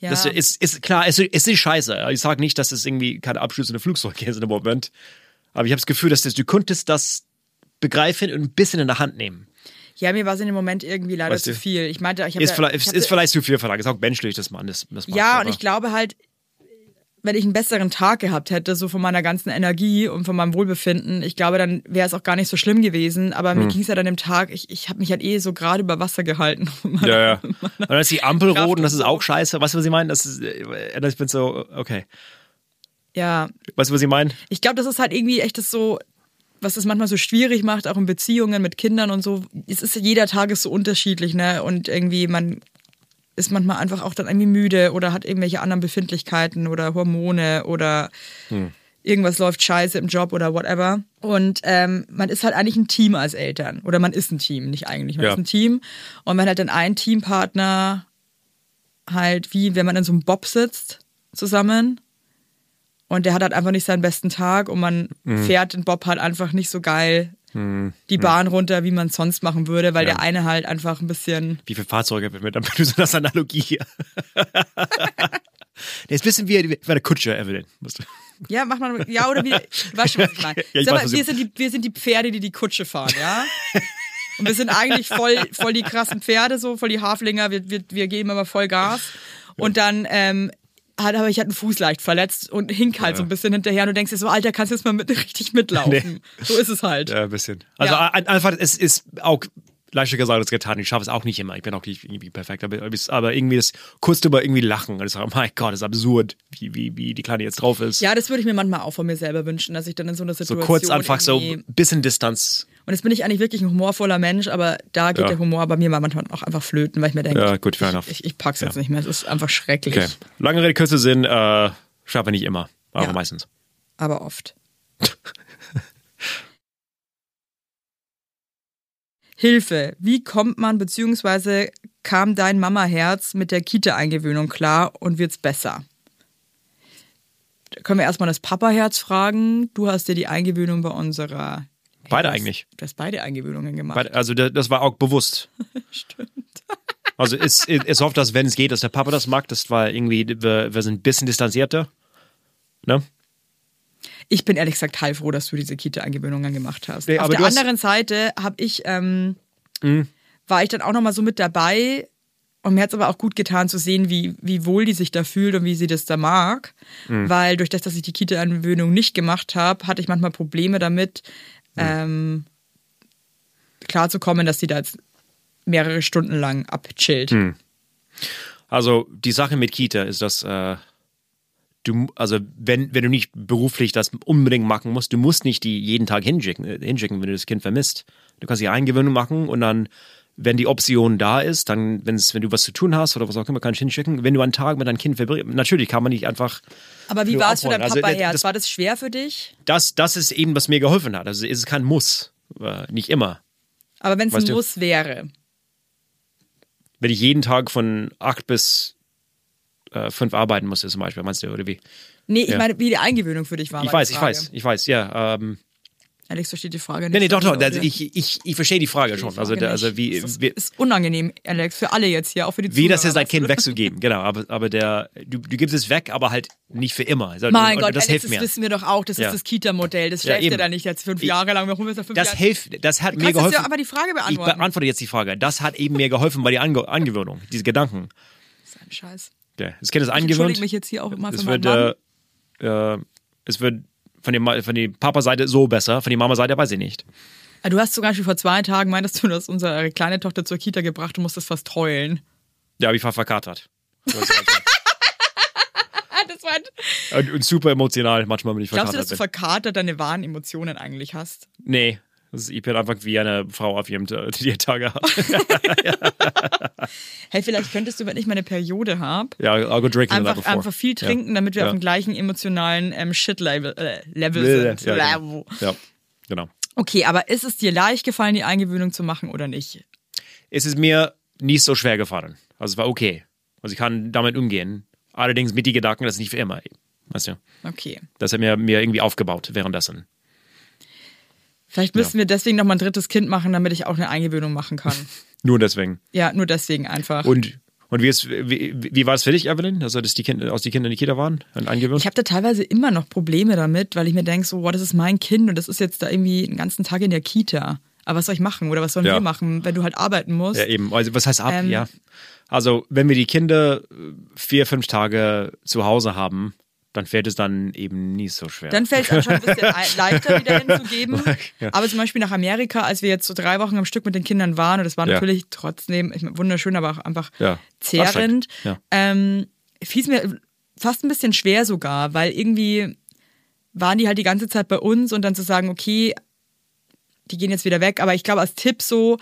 [SPEAKER 2] Ja.
[SPEAKER 1] Das ist, ist klar, es, es ist scheiße. Ich sage nicht, dass es irgendwie keine abstürzende Flugzeug ist in dem Moment. Aber ich habe das Gefühl, dass das, du konntest das begreifen und ein bisschen in der Hand nehmen.
[SPEAKER 2] ja, mir war es in dem Moment irgendwie leider
[SPEAKER 1] Weißt
[SPEAKER 2] zu
[SPEAKER 1] du?
[SPEAKER 2] viel. Ich meinte, ich habe
[SPEAKER 1] Ist,
[SPEAKER 2] ja,
[SPEAKER 1] vielleicht,
[SPEAKER 2] ich
[SPEAKER 1] ist,
[SPEAKER 2] hab-
[SPEAKER 1] ist vielleicht zu viel verlangt. Ist auch menschlich, dass man das, das macht.
[SPEAKER 2] Ja, und
[SPEAKER 1] aber-
[SPEAKER 2] ich glaube halt, wenn ich einen besseren Tag gehabt hätte, so von meiner ganzen Energie und von meinem Wohlbefinden, ich glaube, dann wäre es auch gar nicht so schlimm gewesen. Aber
[SPEAKER 1] Hm.
[SPEAKER 2] mir ging es halt an dem Tag, ich, ich habe mich halt eh so gerade über Wasser gehalten.
[SPEAKER 1] Ja, ja. Und dann ist die Ampel
[SPEAKER 2] Kraft
[SPEAKER 1] rot und das ist
[SPEAKER 2] und
[SPEAKER 1] auch scheiße. Weißt du, was ich meine? Das ist, äh, ich bin so, okay.
[SPEAKER 2] ja.
[SPEAKER 1] Weißt du, was ich meine?
[SPEAKER 2] Ich glaube, das ist halt irgendwie echt das so, was es manchmal so schwierig macht, auch in Beziehungen mit Kindern und so. Es ist jeder Tag ist so unterschiedlich, ne? Und irgendwie man ist manchmal einfach auch dann irgendwie müde oder hat irgendwelche anderen Befindlichkeiten oder Hormone oder irgendwas läuft scheiße im Job oder whatever. Und ähm, man ist halt eigentlich ein Team als Eltern. Oder man ist ein Team, nicht eigentlich. Man
[SPEAKER 1] Ja.
[SPEAKER 2] ist ein Team. Und wenn halt dann ein Teampartner halt, wie wenn man in so einem Bob sitzt zusammen und der hat halt einfach nicht seinen besten Tag und man
[SPEAKER 1] Mhm.
[SPEAKER 2] fährt den Bob halt einfach nicht so geil die Bahn runter, wie man es sonst machen würde, weil
[SPEAKER 1] Ja.
[SPEAKER 2] der eine halt einfach ein bisschen
[SPEAKER 1] Wie viele Fahrzeuge haben wir dann benutzen das Analogie hier? Das ist ein bisschen wie, wie eine Kutsche, Evelyn. Weißt du?
[SPEAKER 2] Ja, mach mal. Ja, oder wie. Du weißt schon, was ich meine.
[SPEAKER 1] Ja, ich
[SPEAKER 2] Sag
[SPEAKER 1] weiß,
[SPEAKER 2] mal,
[SPEAKER 1] was
[SPEAKER 2] wir,
[SPEAKER 1] du-
[SPEAKER 2] sind die, wir sind die Pferde, die die Kutsche fahren, ja? Und wir sind eigentlich voll, voll die krassen Pferde, so voll die Haflinger. Wir, wir, wir geben immer voll Gas. Und dann ähm, hat aber ich hatte einen Fuß leicht verletzt und hink halt so ein bisschen hinterher. Und du denkst dir so, Alter, kannst du jetzt mal mit, richtig mitlaufen? So ist es halt.
[SPEAKER 1] Ja, ein bisschen. Also
[SPEAKER 2] Ja.
[SPEAKER 1] ein- einfach, es ist auch leichter gesagt als getan. Ich schaffe es auch nicht immer. Ich bin auch nicht irgendwie perfekt. Aber, aber irgendwie das kurz drüber irgendwie lachen. Und ich sage, oh mein Gott, das ist absurd, wie, wie, wie die Kleine jetzt drauf ist.
[SPEAKER 2] Ja, das würde ich mir manchmal auch von mir selber wünschen, dass ich dann in so einer
[SPEAKER 1] so
[SPEAKER 2] Situation.
[SPEAKER 1] kurz einfach so
[SPEAKER 2] irgendwie-
[SPEAKER 1] ein bisschen Distanz.
[SPEAKER 2] Und jetzt bin ich eigentlich wirklich ein humorvoller Mensch, aber da geht
[SPEAKER 1] Ja.
[SPEAKER 2] der Humor bei mir mal manchmal auch einfach flöten, weil ich mir denke,
[SPEAKER 1] Ja, gut, fair enough.
[SPEAKER 2] ich, ich, ich pack's jetzt nicht mehr. Es ist einfach schrecklich.
[SPEAKER 1] Okay. Lange Rede, kurzer Sinn. Äh, schaffe nicht immer. Aber
[SPEAKER 2] Ja.
[SPEAKER 1] meistens.
[SPEAKER 2] aber oft. Hilfe, wie kommt man bzw. kam dein Mama-Herz mit der Kita-Eingewöhnung klar und wird's besser? Da können wir erstmal das Papa-Herz fragen. Du hast dir die Eingewöhnung bei unserer.
[SPEAKER 1] Beide
[SPEAKER 2] du hast-
[SPEAKER 1] eigentlich.
[SPEAKER 2] Du hast beide Eingewöhnungen gemacht.
[SPEAKER 1] Weil- Also da- das war auch bewusst.
[SPEAKER 2] Stimmt.
[SPEAKER 1] Also es es- es hofft, dass wenn es geht, dass der Papa das mag. Das war irgendwie, wir, wir sind ein bisschen distanzierter. Ne?
[SPEAKER 2] Ich bin ehrlich gesagt heilfroh, dass du diese Kita-Eingewöhnungen gemacht hast.
[SPEAKER 1] Nee,
[SPEAKER 2] Auf
[SPEAKER 1] aber
[SPEAKER 2] der
[SPEAKER 1] du hast- Mhm.
[SPEAKER 2] anderen Seite habe ich, ähm, war ich dann auch nochmal so mit dabei und mir hat es aber auch gut getan zu sehen, wie, wie wohl die sich da fühlt und wie sie das da mag.
[SPEAKER 1] Mhm.
[SPEAKER 2] Weil durch das, dass ich die Kita-Eingewöhnung nicht gemacht habe, hatte ich manchmal Probleme damit,
[SPEAKER 1] Mhm.
[SPEAKER 2] ähm, klarzukommen, dass sie da jetzt mehrere Stunden lang abchillt.
[SPEAKER 1] Mhm. Also die Sache mit Kita ist, dass äh, du, also wenn, wenn du nicht beruflich das unbedingt machen musst, du musst nicht die jeden Tag hinschicken, äh, hinschicken wenn du das Kind vermisst. Du kannst die Eingewöhnung machen und dann, wenn die Option da ist, dann, wenn's, wenn du was zu tun hast oder was auch immer, kannst du hinschicken. Wenn du einen Tag mit deinem Kind verbringst, natürlich kann man nicht einfach
[SPEAKER 2] Aber wie
[SPEAKER 1] Nur
[SPEAKER 2] war es für dein
[SPEAKER 1] aufräumen. Also,
[SPEAKER 2] Papa-Herz?
[SPEAKER 1] das-
[SPEAKER 2] war das schwer für dich?
[SPEAKER 1] das, das ist eben, was mir geholfen hat. Also es ist kein Muss. Äh, nicht immer.
[SPEAKER 2] Aber wenn es
[SPEAKER 1] Weißt
[SPEAKER 2] ein
[SPEAKER 1] du-
[SPEAKER 2] Muss wäre.
[SPEAKER 1] Wenn ich jeden Tag von 8 bis äh, 5 arbeiten musste, zum Beispiel, meinst du, oder wie?
[SPEAKER 2] Nee, ich
[SPEAKER 1] Ja.
[SPEAKER 2] meine, wie die Eingewöhnung für dich war.
[SPEAKER 1] Ich
[SPEAKER 2] meine
[SPEAKER 1] weiß, ich
[SPEAKER 2] Frage.
[SPEAKER 1] weiß, ich weiß, ja. Ähm,
[SPEAKER 2] Alex versteht die Frage nicht.
[SPEAKER 1] nee, nee, doch,
[SPEAKER 2] sorry,
[SPEAKER 1] doch. Also
[SPEAKER 2] Leute.
[SPEAKER 1] ich, ich, ich verstehe die Frage schon.
[SPEAKER 2] Frage
[SPEAKER 1] Also, da-
[SPEAKER 2] nicht.
[SPEAKER 1] also wie,
[SPEAKER 2] Das ist,
[SPEAKER 1] wie,
[SPEAKER 2] ist unangenehm, Alex, für alle jetzt hier, auch für die
[SPEAKER 1] wie
[SPEAKER 2] Zuhörer.
[SPEAKER 1] das ist, ein
[SPEAKER 2] weißt du?
[SPEAKER 1] Kind wegzugeben. Genau, aber, aber der, du, du gibst es weg, aber halt nicht für immer. Also,
[SPEAKER 2] Mein
[SPEAKER 1] und-
[SPEAKER 2] Gott,
[SPEAKER 1] und das
[SPEAKER 2] Alex,
[SPEAKER 1] hilft
[SPEAKER 2] das
[SPEAKER 1] mir.
[SPEAKER 2] wissen wir doch auch. Das
[SPEAKER 1] Ja.
[SPEAKER 2] ist das Kita-Modell. Das
[SPEAKER 1] Ja,
[SPEAKER 2] schläft ja
[SPEAKER 1] eben.
[SPEAKER 2] da nicht jetzt fünf
[SPEAKER 1] Ich-
[SPEAKER 2] Jahre lang. Warum ist er fünf
[SPEAKER 1] Das
[SPEAKER 2] Jahre?
[SPEAKER 1] hilft, das hat mir
[SPEAKER 2] kannst jetzt ja
[SPEAKER 1] geholfen.
[SPEAKER 2] aber die Frage beantworten.
[SPEAKER 1] Ich beantworte jetzt die Frage. Das hat eben mir geholfen bei der Ange Angewöhnung, diese Gedanken.
[SPEAKER 2] Sein Scheiß.
[SPEAKER 1] Ja, das Kind ist
[SPEAKER 2] Ich entschuldige
[SPEAKER 1] angewöhnt.
[SPEAKER 2] mich jetzt hier auch immer für
[SPEAKER 1] es
[SPEAKER 2] meinen
[SPEAKER 1] wird,
[SPEAKER 2] Mann.
[SPEAKER 1] äh, äh, es wird von der, Ma- von der Papa-Seite so besser, von der Mama-Seite weiß ich nicht.
[SPEAKER 2] Ah, Du hast zum Beispiel vor zwei Tagen meintest du, du hast unsere kleine Tochter zur Kita gebracht und musstest fast heulen.
[SPEAKER 1] Ja, aber ich war verkatert.
[SPEAKER 2] Ah, das war,
[SPEAKER 1] also, äh, Und, und super emotional, manchmal bin ich
[SPEAKER 2] Glaubst du,
[SPEAKER 1] verkatert.
[SPEAKER 2] dass du
[SPEAKER 1] bin.
[SPEAKER 2] verkatert deine wahren Emotionen eigentlich hast?
[SPEAKER 1] nee, das ist, ich bin einfach wie eine Frau auf ihrem T- die ihr Tage hat.
[SPEAKER 2] Hey, vielleicht könntest du, wenn ich meine Periode habe,
[SPEAKER 1] Ja, I'll go drinking the night
[SPEAKER 2] einfach,
[SPEAKER 1] before.
[SPEAKER 2] einfach viel trinken, damit wir
[SPEAKER 1] Ja.
[SPEAKER 2] auf dem gleichen emotionalen ähm, Shit-Level äh, Level
[SPEAKER 1] Ja,
[SPEAKER 2] sind.
[SPEAKER 1] ja, ja,
[SPEAKER 2] Level.
[SPEAKER 1] genau. ja, genau.
[SPEAKER 2] Okay, aber ist es dir leicht gefallen, die Eingewöhnung zu machen oder nicht?
[SPEAKER 1] Es ist mir nicht so schwer gefallen. Also es war okay. Also ich kann damit umgehen. Allerdings mit den Gedanken, das ist nicht für immer. Weißt du?
[SPEAKER 2] Okay.
[SPEAKER 1] Das hat mir, mir irgendwie aufgebaut währenddessen.
[SPEAKER 2] Vielleicht müssen wir deswegen nochmal ein drittes Kind machen, damit ich auch eine Eingewöhnung machen kann.
[SPEAKER 1] Nur deswegen.
[SPEAKER 2] ja, nur deswegen einfach.
[SPEAKER 1] Und, und wie, ist, wie, wie war es für dich, Evelyn? Also, dass die Kinder, aus die Kinder in die Kita waren und eingewöhnt?
[SPEAKER 2] ich habe da teilweise immer noch Probleme damit, weil ich mir denke, so, wow, das ist mein Kind und das ist jetzt da irgendwie den ganzen Tag in der Kita. Aber was soll ich machen oder was sollen
[SPEAKER 1] Ja.
[SPEAKER 2] wir machen, wenn du halt arbeiten musst?
[SPEAKER 1] Ja, eben. Also, was heißt ab?
[SPEAKER 2] Ähm,
[SPEAKER 1] ja. Also, wenn wir die Kinder äh, vier, fünf Tage zu Hause haben, dann fällt es dann eben nicht so schwer.
[SPEAKER 2] Dann fällt es schon ein bisschen ei- leichter, wieder hinzugeben. Aber zum Beispiel nach Amerika, als wir jetzt so drei Wochen am Stück mit den Kindern waren, und das war
[SPEAKER 1] Ja.
[SPEAKER 2] natürlich trotzdem ich meine, wunderschön, aber auch einfach
[SPEAKER 1] Ja.
[SPEAKER 2] zehrend,
[SPEAKER 1] Anstrengend, ja.
[SPEAKER 2] ähm, fiel mir fast ein bisschen schwer sogar, weil irgendwie waren die halt die ganze Zeit bei uns und dann zu sagen, okay, die gehen jetzt wieder weg. Aber ich glaube, als Tipp so,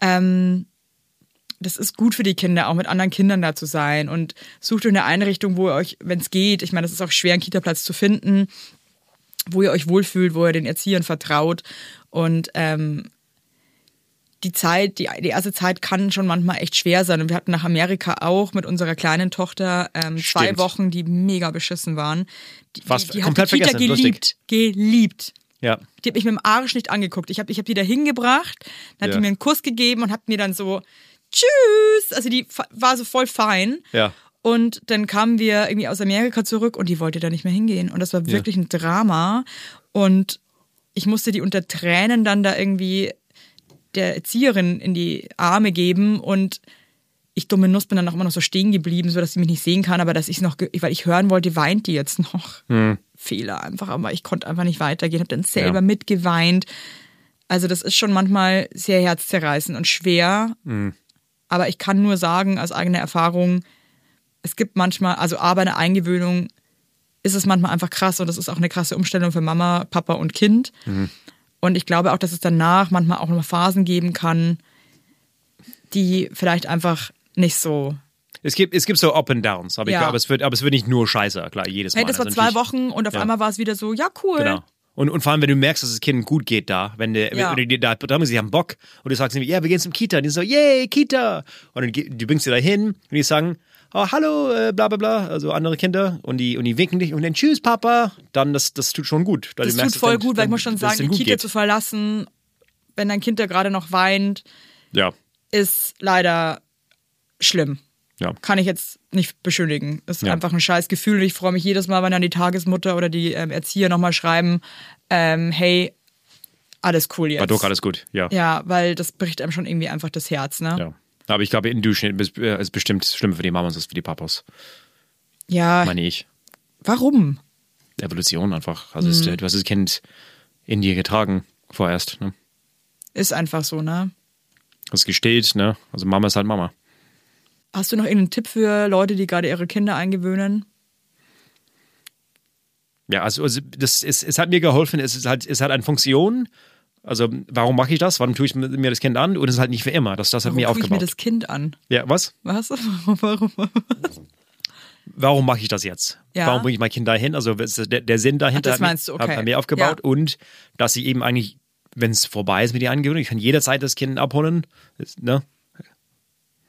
[SPEAKER 2] ähm, das ist gut für die Kinder, auch mit anderen Kindern da zu sein. Und sucht euch eine Einrichtung, wo ihr euch, wenn es geht, ich meine, es ist auch schwer, einen Kita-Platz zu finden, wo ihr euch wohlfühlt, wo ihr den Erziehern vertraut. Und ähm, die Zeit, die, die erste Zeit kann schon manchmal echt schwer sein. Und wir hatten nach Amerika auch mit unserer kleinen Tochter ähm, zwei
[SPEAKER 1] Stimmt.
[SPEAKER 2] Wochen, die mega beschissen waren. Die,
[SPEAKER 1] Fast
[SPEAKER 2] die, die
[SPEAKER 1] komplett
[SPEAKER 2] hat die Kita
[SPEAKER 1] vergessen, lustig.
[SPEAKER 2] geliebt. Geliebt.
[SPEAKER 1] ja.
[SPEAKER 2] Die hat mich mit dem Arsch nicht angeguckt. Ich habe ich hab die da hingebracht, dann hat
[SPEAKER 1] Ja.
[SPEAKER 2] die mir einen Kuss gegeben und hat mir dann so Tschüss. Also die fa- war so voll fein.
[SPEAKER 1] Ja.
[SPEAKER 2] Und dann kamen wir irgendwie aus Amerika zurück und die wollte da nicht mehr hingehen. Und das war wirklich ein Drama. Und ich musste die unter Tränen dann da irgendwie der Erzieherin in die Arme geben und ich dumme Nuss bin dann auch immer noch so stehen geblieben, so dass sie mich nicht sehen kann, aber dass ich es noch, ge- weil ich hören wollte, weint die jetzt noch. Fehler einfach, aber ich konnte einfach nicht weitergehen, habe dann selber
[SPEAKER 1] Ja.
[SPEAKER 2] mitgeweint. Also das ist schon manchmal sehr herzzerreißend und schwer, aber ich kann nur sagen aus eigener Erfahrung, es gibt manchmal, also aber eine Eingewöhnung ist es manchmal einfach krass und das ist auch eine krasse Umstellung für Mama, Papa und Kind. Und ich glaube auch, dass es danach manchmal auch noch Phasen geben kann, die vielleicht einfach nicht so.
[SPEAKER 1] Es gibt, es gibt so Up and Downs, aber, ich,
[SPEAKER 2] Ja.
[SPEAKER 1] aber, es wird, aber es wird nicht nur scheiße, klar, jedes Mal.
[SPEAKER 2] Hey, das war
[SPEAKER 1] Also
[SPEAKER 2] zwei
[SPEAKER 1] natürlich-
[SPEAKER 2] Wochen und auf
[SPEAKER 1] Ja.
[SPEAKER 2] einmal war es wieder so, ja, cool.
[SPEAKER 1] Genau. Und, und vor allem, wenn du merkst, dass es Kindern gut geht da, wenn der,
[SPEAKER 2] Ja.
[SPEAKER 1] wenn du dir da, da sie haben Bock und du sagst ihnen, ja, wir gehen zum Kita, und die so, yay, Kita. Und dann, ge- du bringst sie da hin und die sagen, oh, hallo, äh, bla bla bla, also andere Kinder und die, und die winken dich und dann tschüss, Papa. Dann, das, das tut schon gut. Weil
[SPEAKER 2] Das
[SPEAKER 1] du merkst,
[SPEAKER 2] tut voll
[SPEAKER 1] dass dann-
[SPEAKER 2] gut, weil ich
[SPEAKER 1] dann-
[SPEAKER 2] muss
[SPEAKER 1] dass
[SPEAKER 2] schon
[SPEAKER 1] es
[SPEAKER 2] sagen, die
[SPEAKER 1] denen gut
[SPEAKER 2] Kita
[SPEAKER 1] geht.
[SPEAKER 2] zu verlassen, wenn dein Kind da gerade noch weint,
[SPEAKER 1] Ja,
[SPEAKER 2] ist leider schlimm.
[SPEAKER 1] ja.
[SPEAKER 2] Kann ich jetzt nicht beschönigen. Ist
[SPEAKER 1] Ja.
[SPEAKER 2] einfach ein scheiß Gefühl. Und ich freue mich jedes Mal, wenn dann die Tagesmutter oder die ähm, Erzieher nochmal schreiben, ähm, hey, alles cool jetzt.
[SPEAKER 1] War doch alles gut, ja.
[SPEAKER 2] Ja, weil das bricht einem schon irgendwie einfach das Herz, ne?
[SPEAKER 1] ja. Aber ich glaube, im Durchschnitt äh, ist es bestimmt schlimmer für die Mamas als für die Papas,
[SPEAKER 2] Ja,
[SPEAKER 1] meine ich.
[SPEAKER 2] warum?
[SPEAKER 1] Evolution einfach. Also,
[SPEAKER 2] Mhm.
[SPEAKER 1] es, du hast das Kind in dir getragen, vorerst. Ne?
[SPEAKER 2] Ist einfach so, ne?
[SPEAKER 1] Das gesteht, ne? Also Mama ist halt Mama.
[SPEAKER 2] Hast du noch irgendeinen Tipp für Leute, die gerade ihre Kinder eingewöhnen?
[SPEAKER 1] Ja, also, also das ist, es hat mir geholfen, es ist halt, es hat eine Funktion. Also, warum mache ich das? Warum tue ich mir- mir das Kind an? Und es ist halt nicht für immer. Das, das hat
[SPEAKER 2] Warum
[SPEAKER 1] mir
[SPEAKER 2] guck ich mir
[SPEAKER 1] aufgebaut.
[SPEAKER 2] das Kind an?
[SPEAKER 1] ja, was?
[SPEAKER 2] Was? Warum?
[SPEAKER 1] Warum mache ich das jetzt?
[SPEAKER 2] Ja.
[SPEAKER 1] Warum bringe ich mein Kind dahin? Also was ist der, der Sinn dahinter
[SPEAKER 2] Ach, das
[SPEAKER 1] hat mir-
[SPEAKER 2] meinst du, okay.
[SPEAKER 1] hat bei mir aufgebaut.
[SPEAKER 2] Ja.
[SPEAKER 1] Und dass ich eben eigentlich, wenn es vorbei ist mit der Angewöhnung, ich kann jederzeit das Kind abholen. Ist, ne?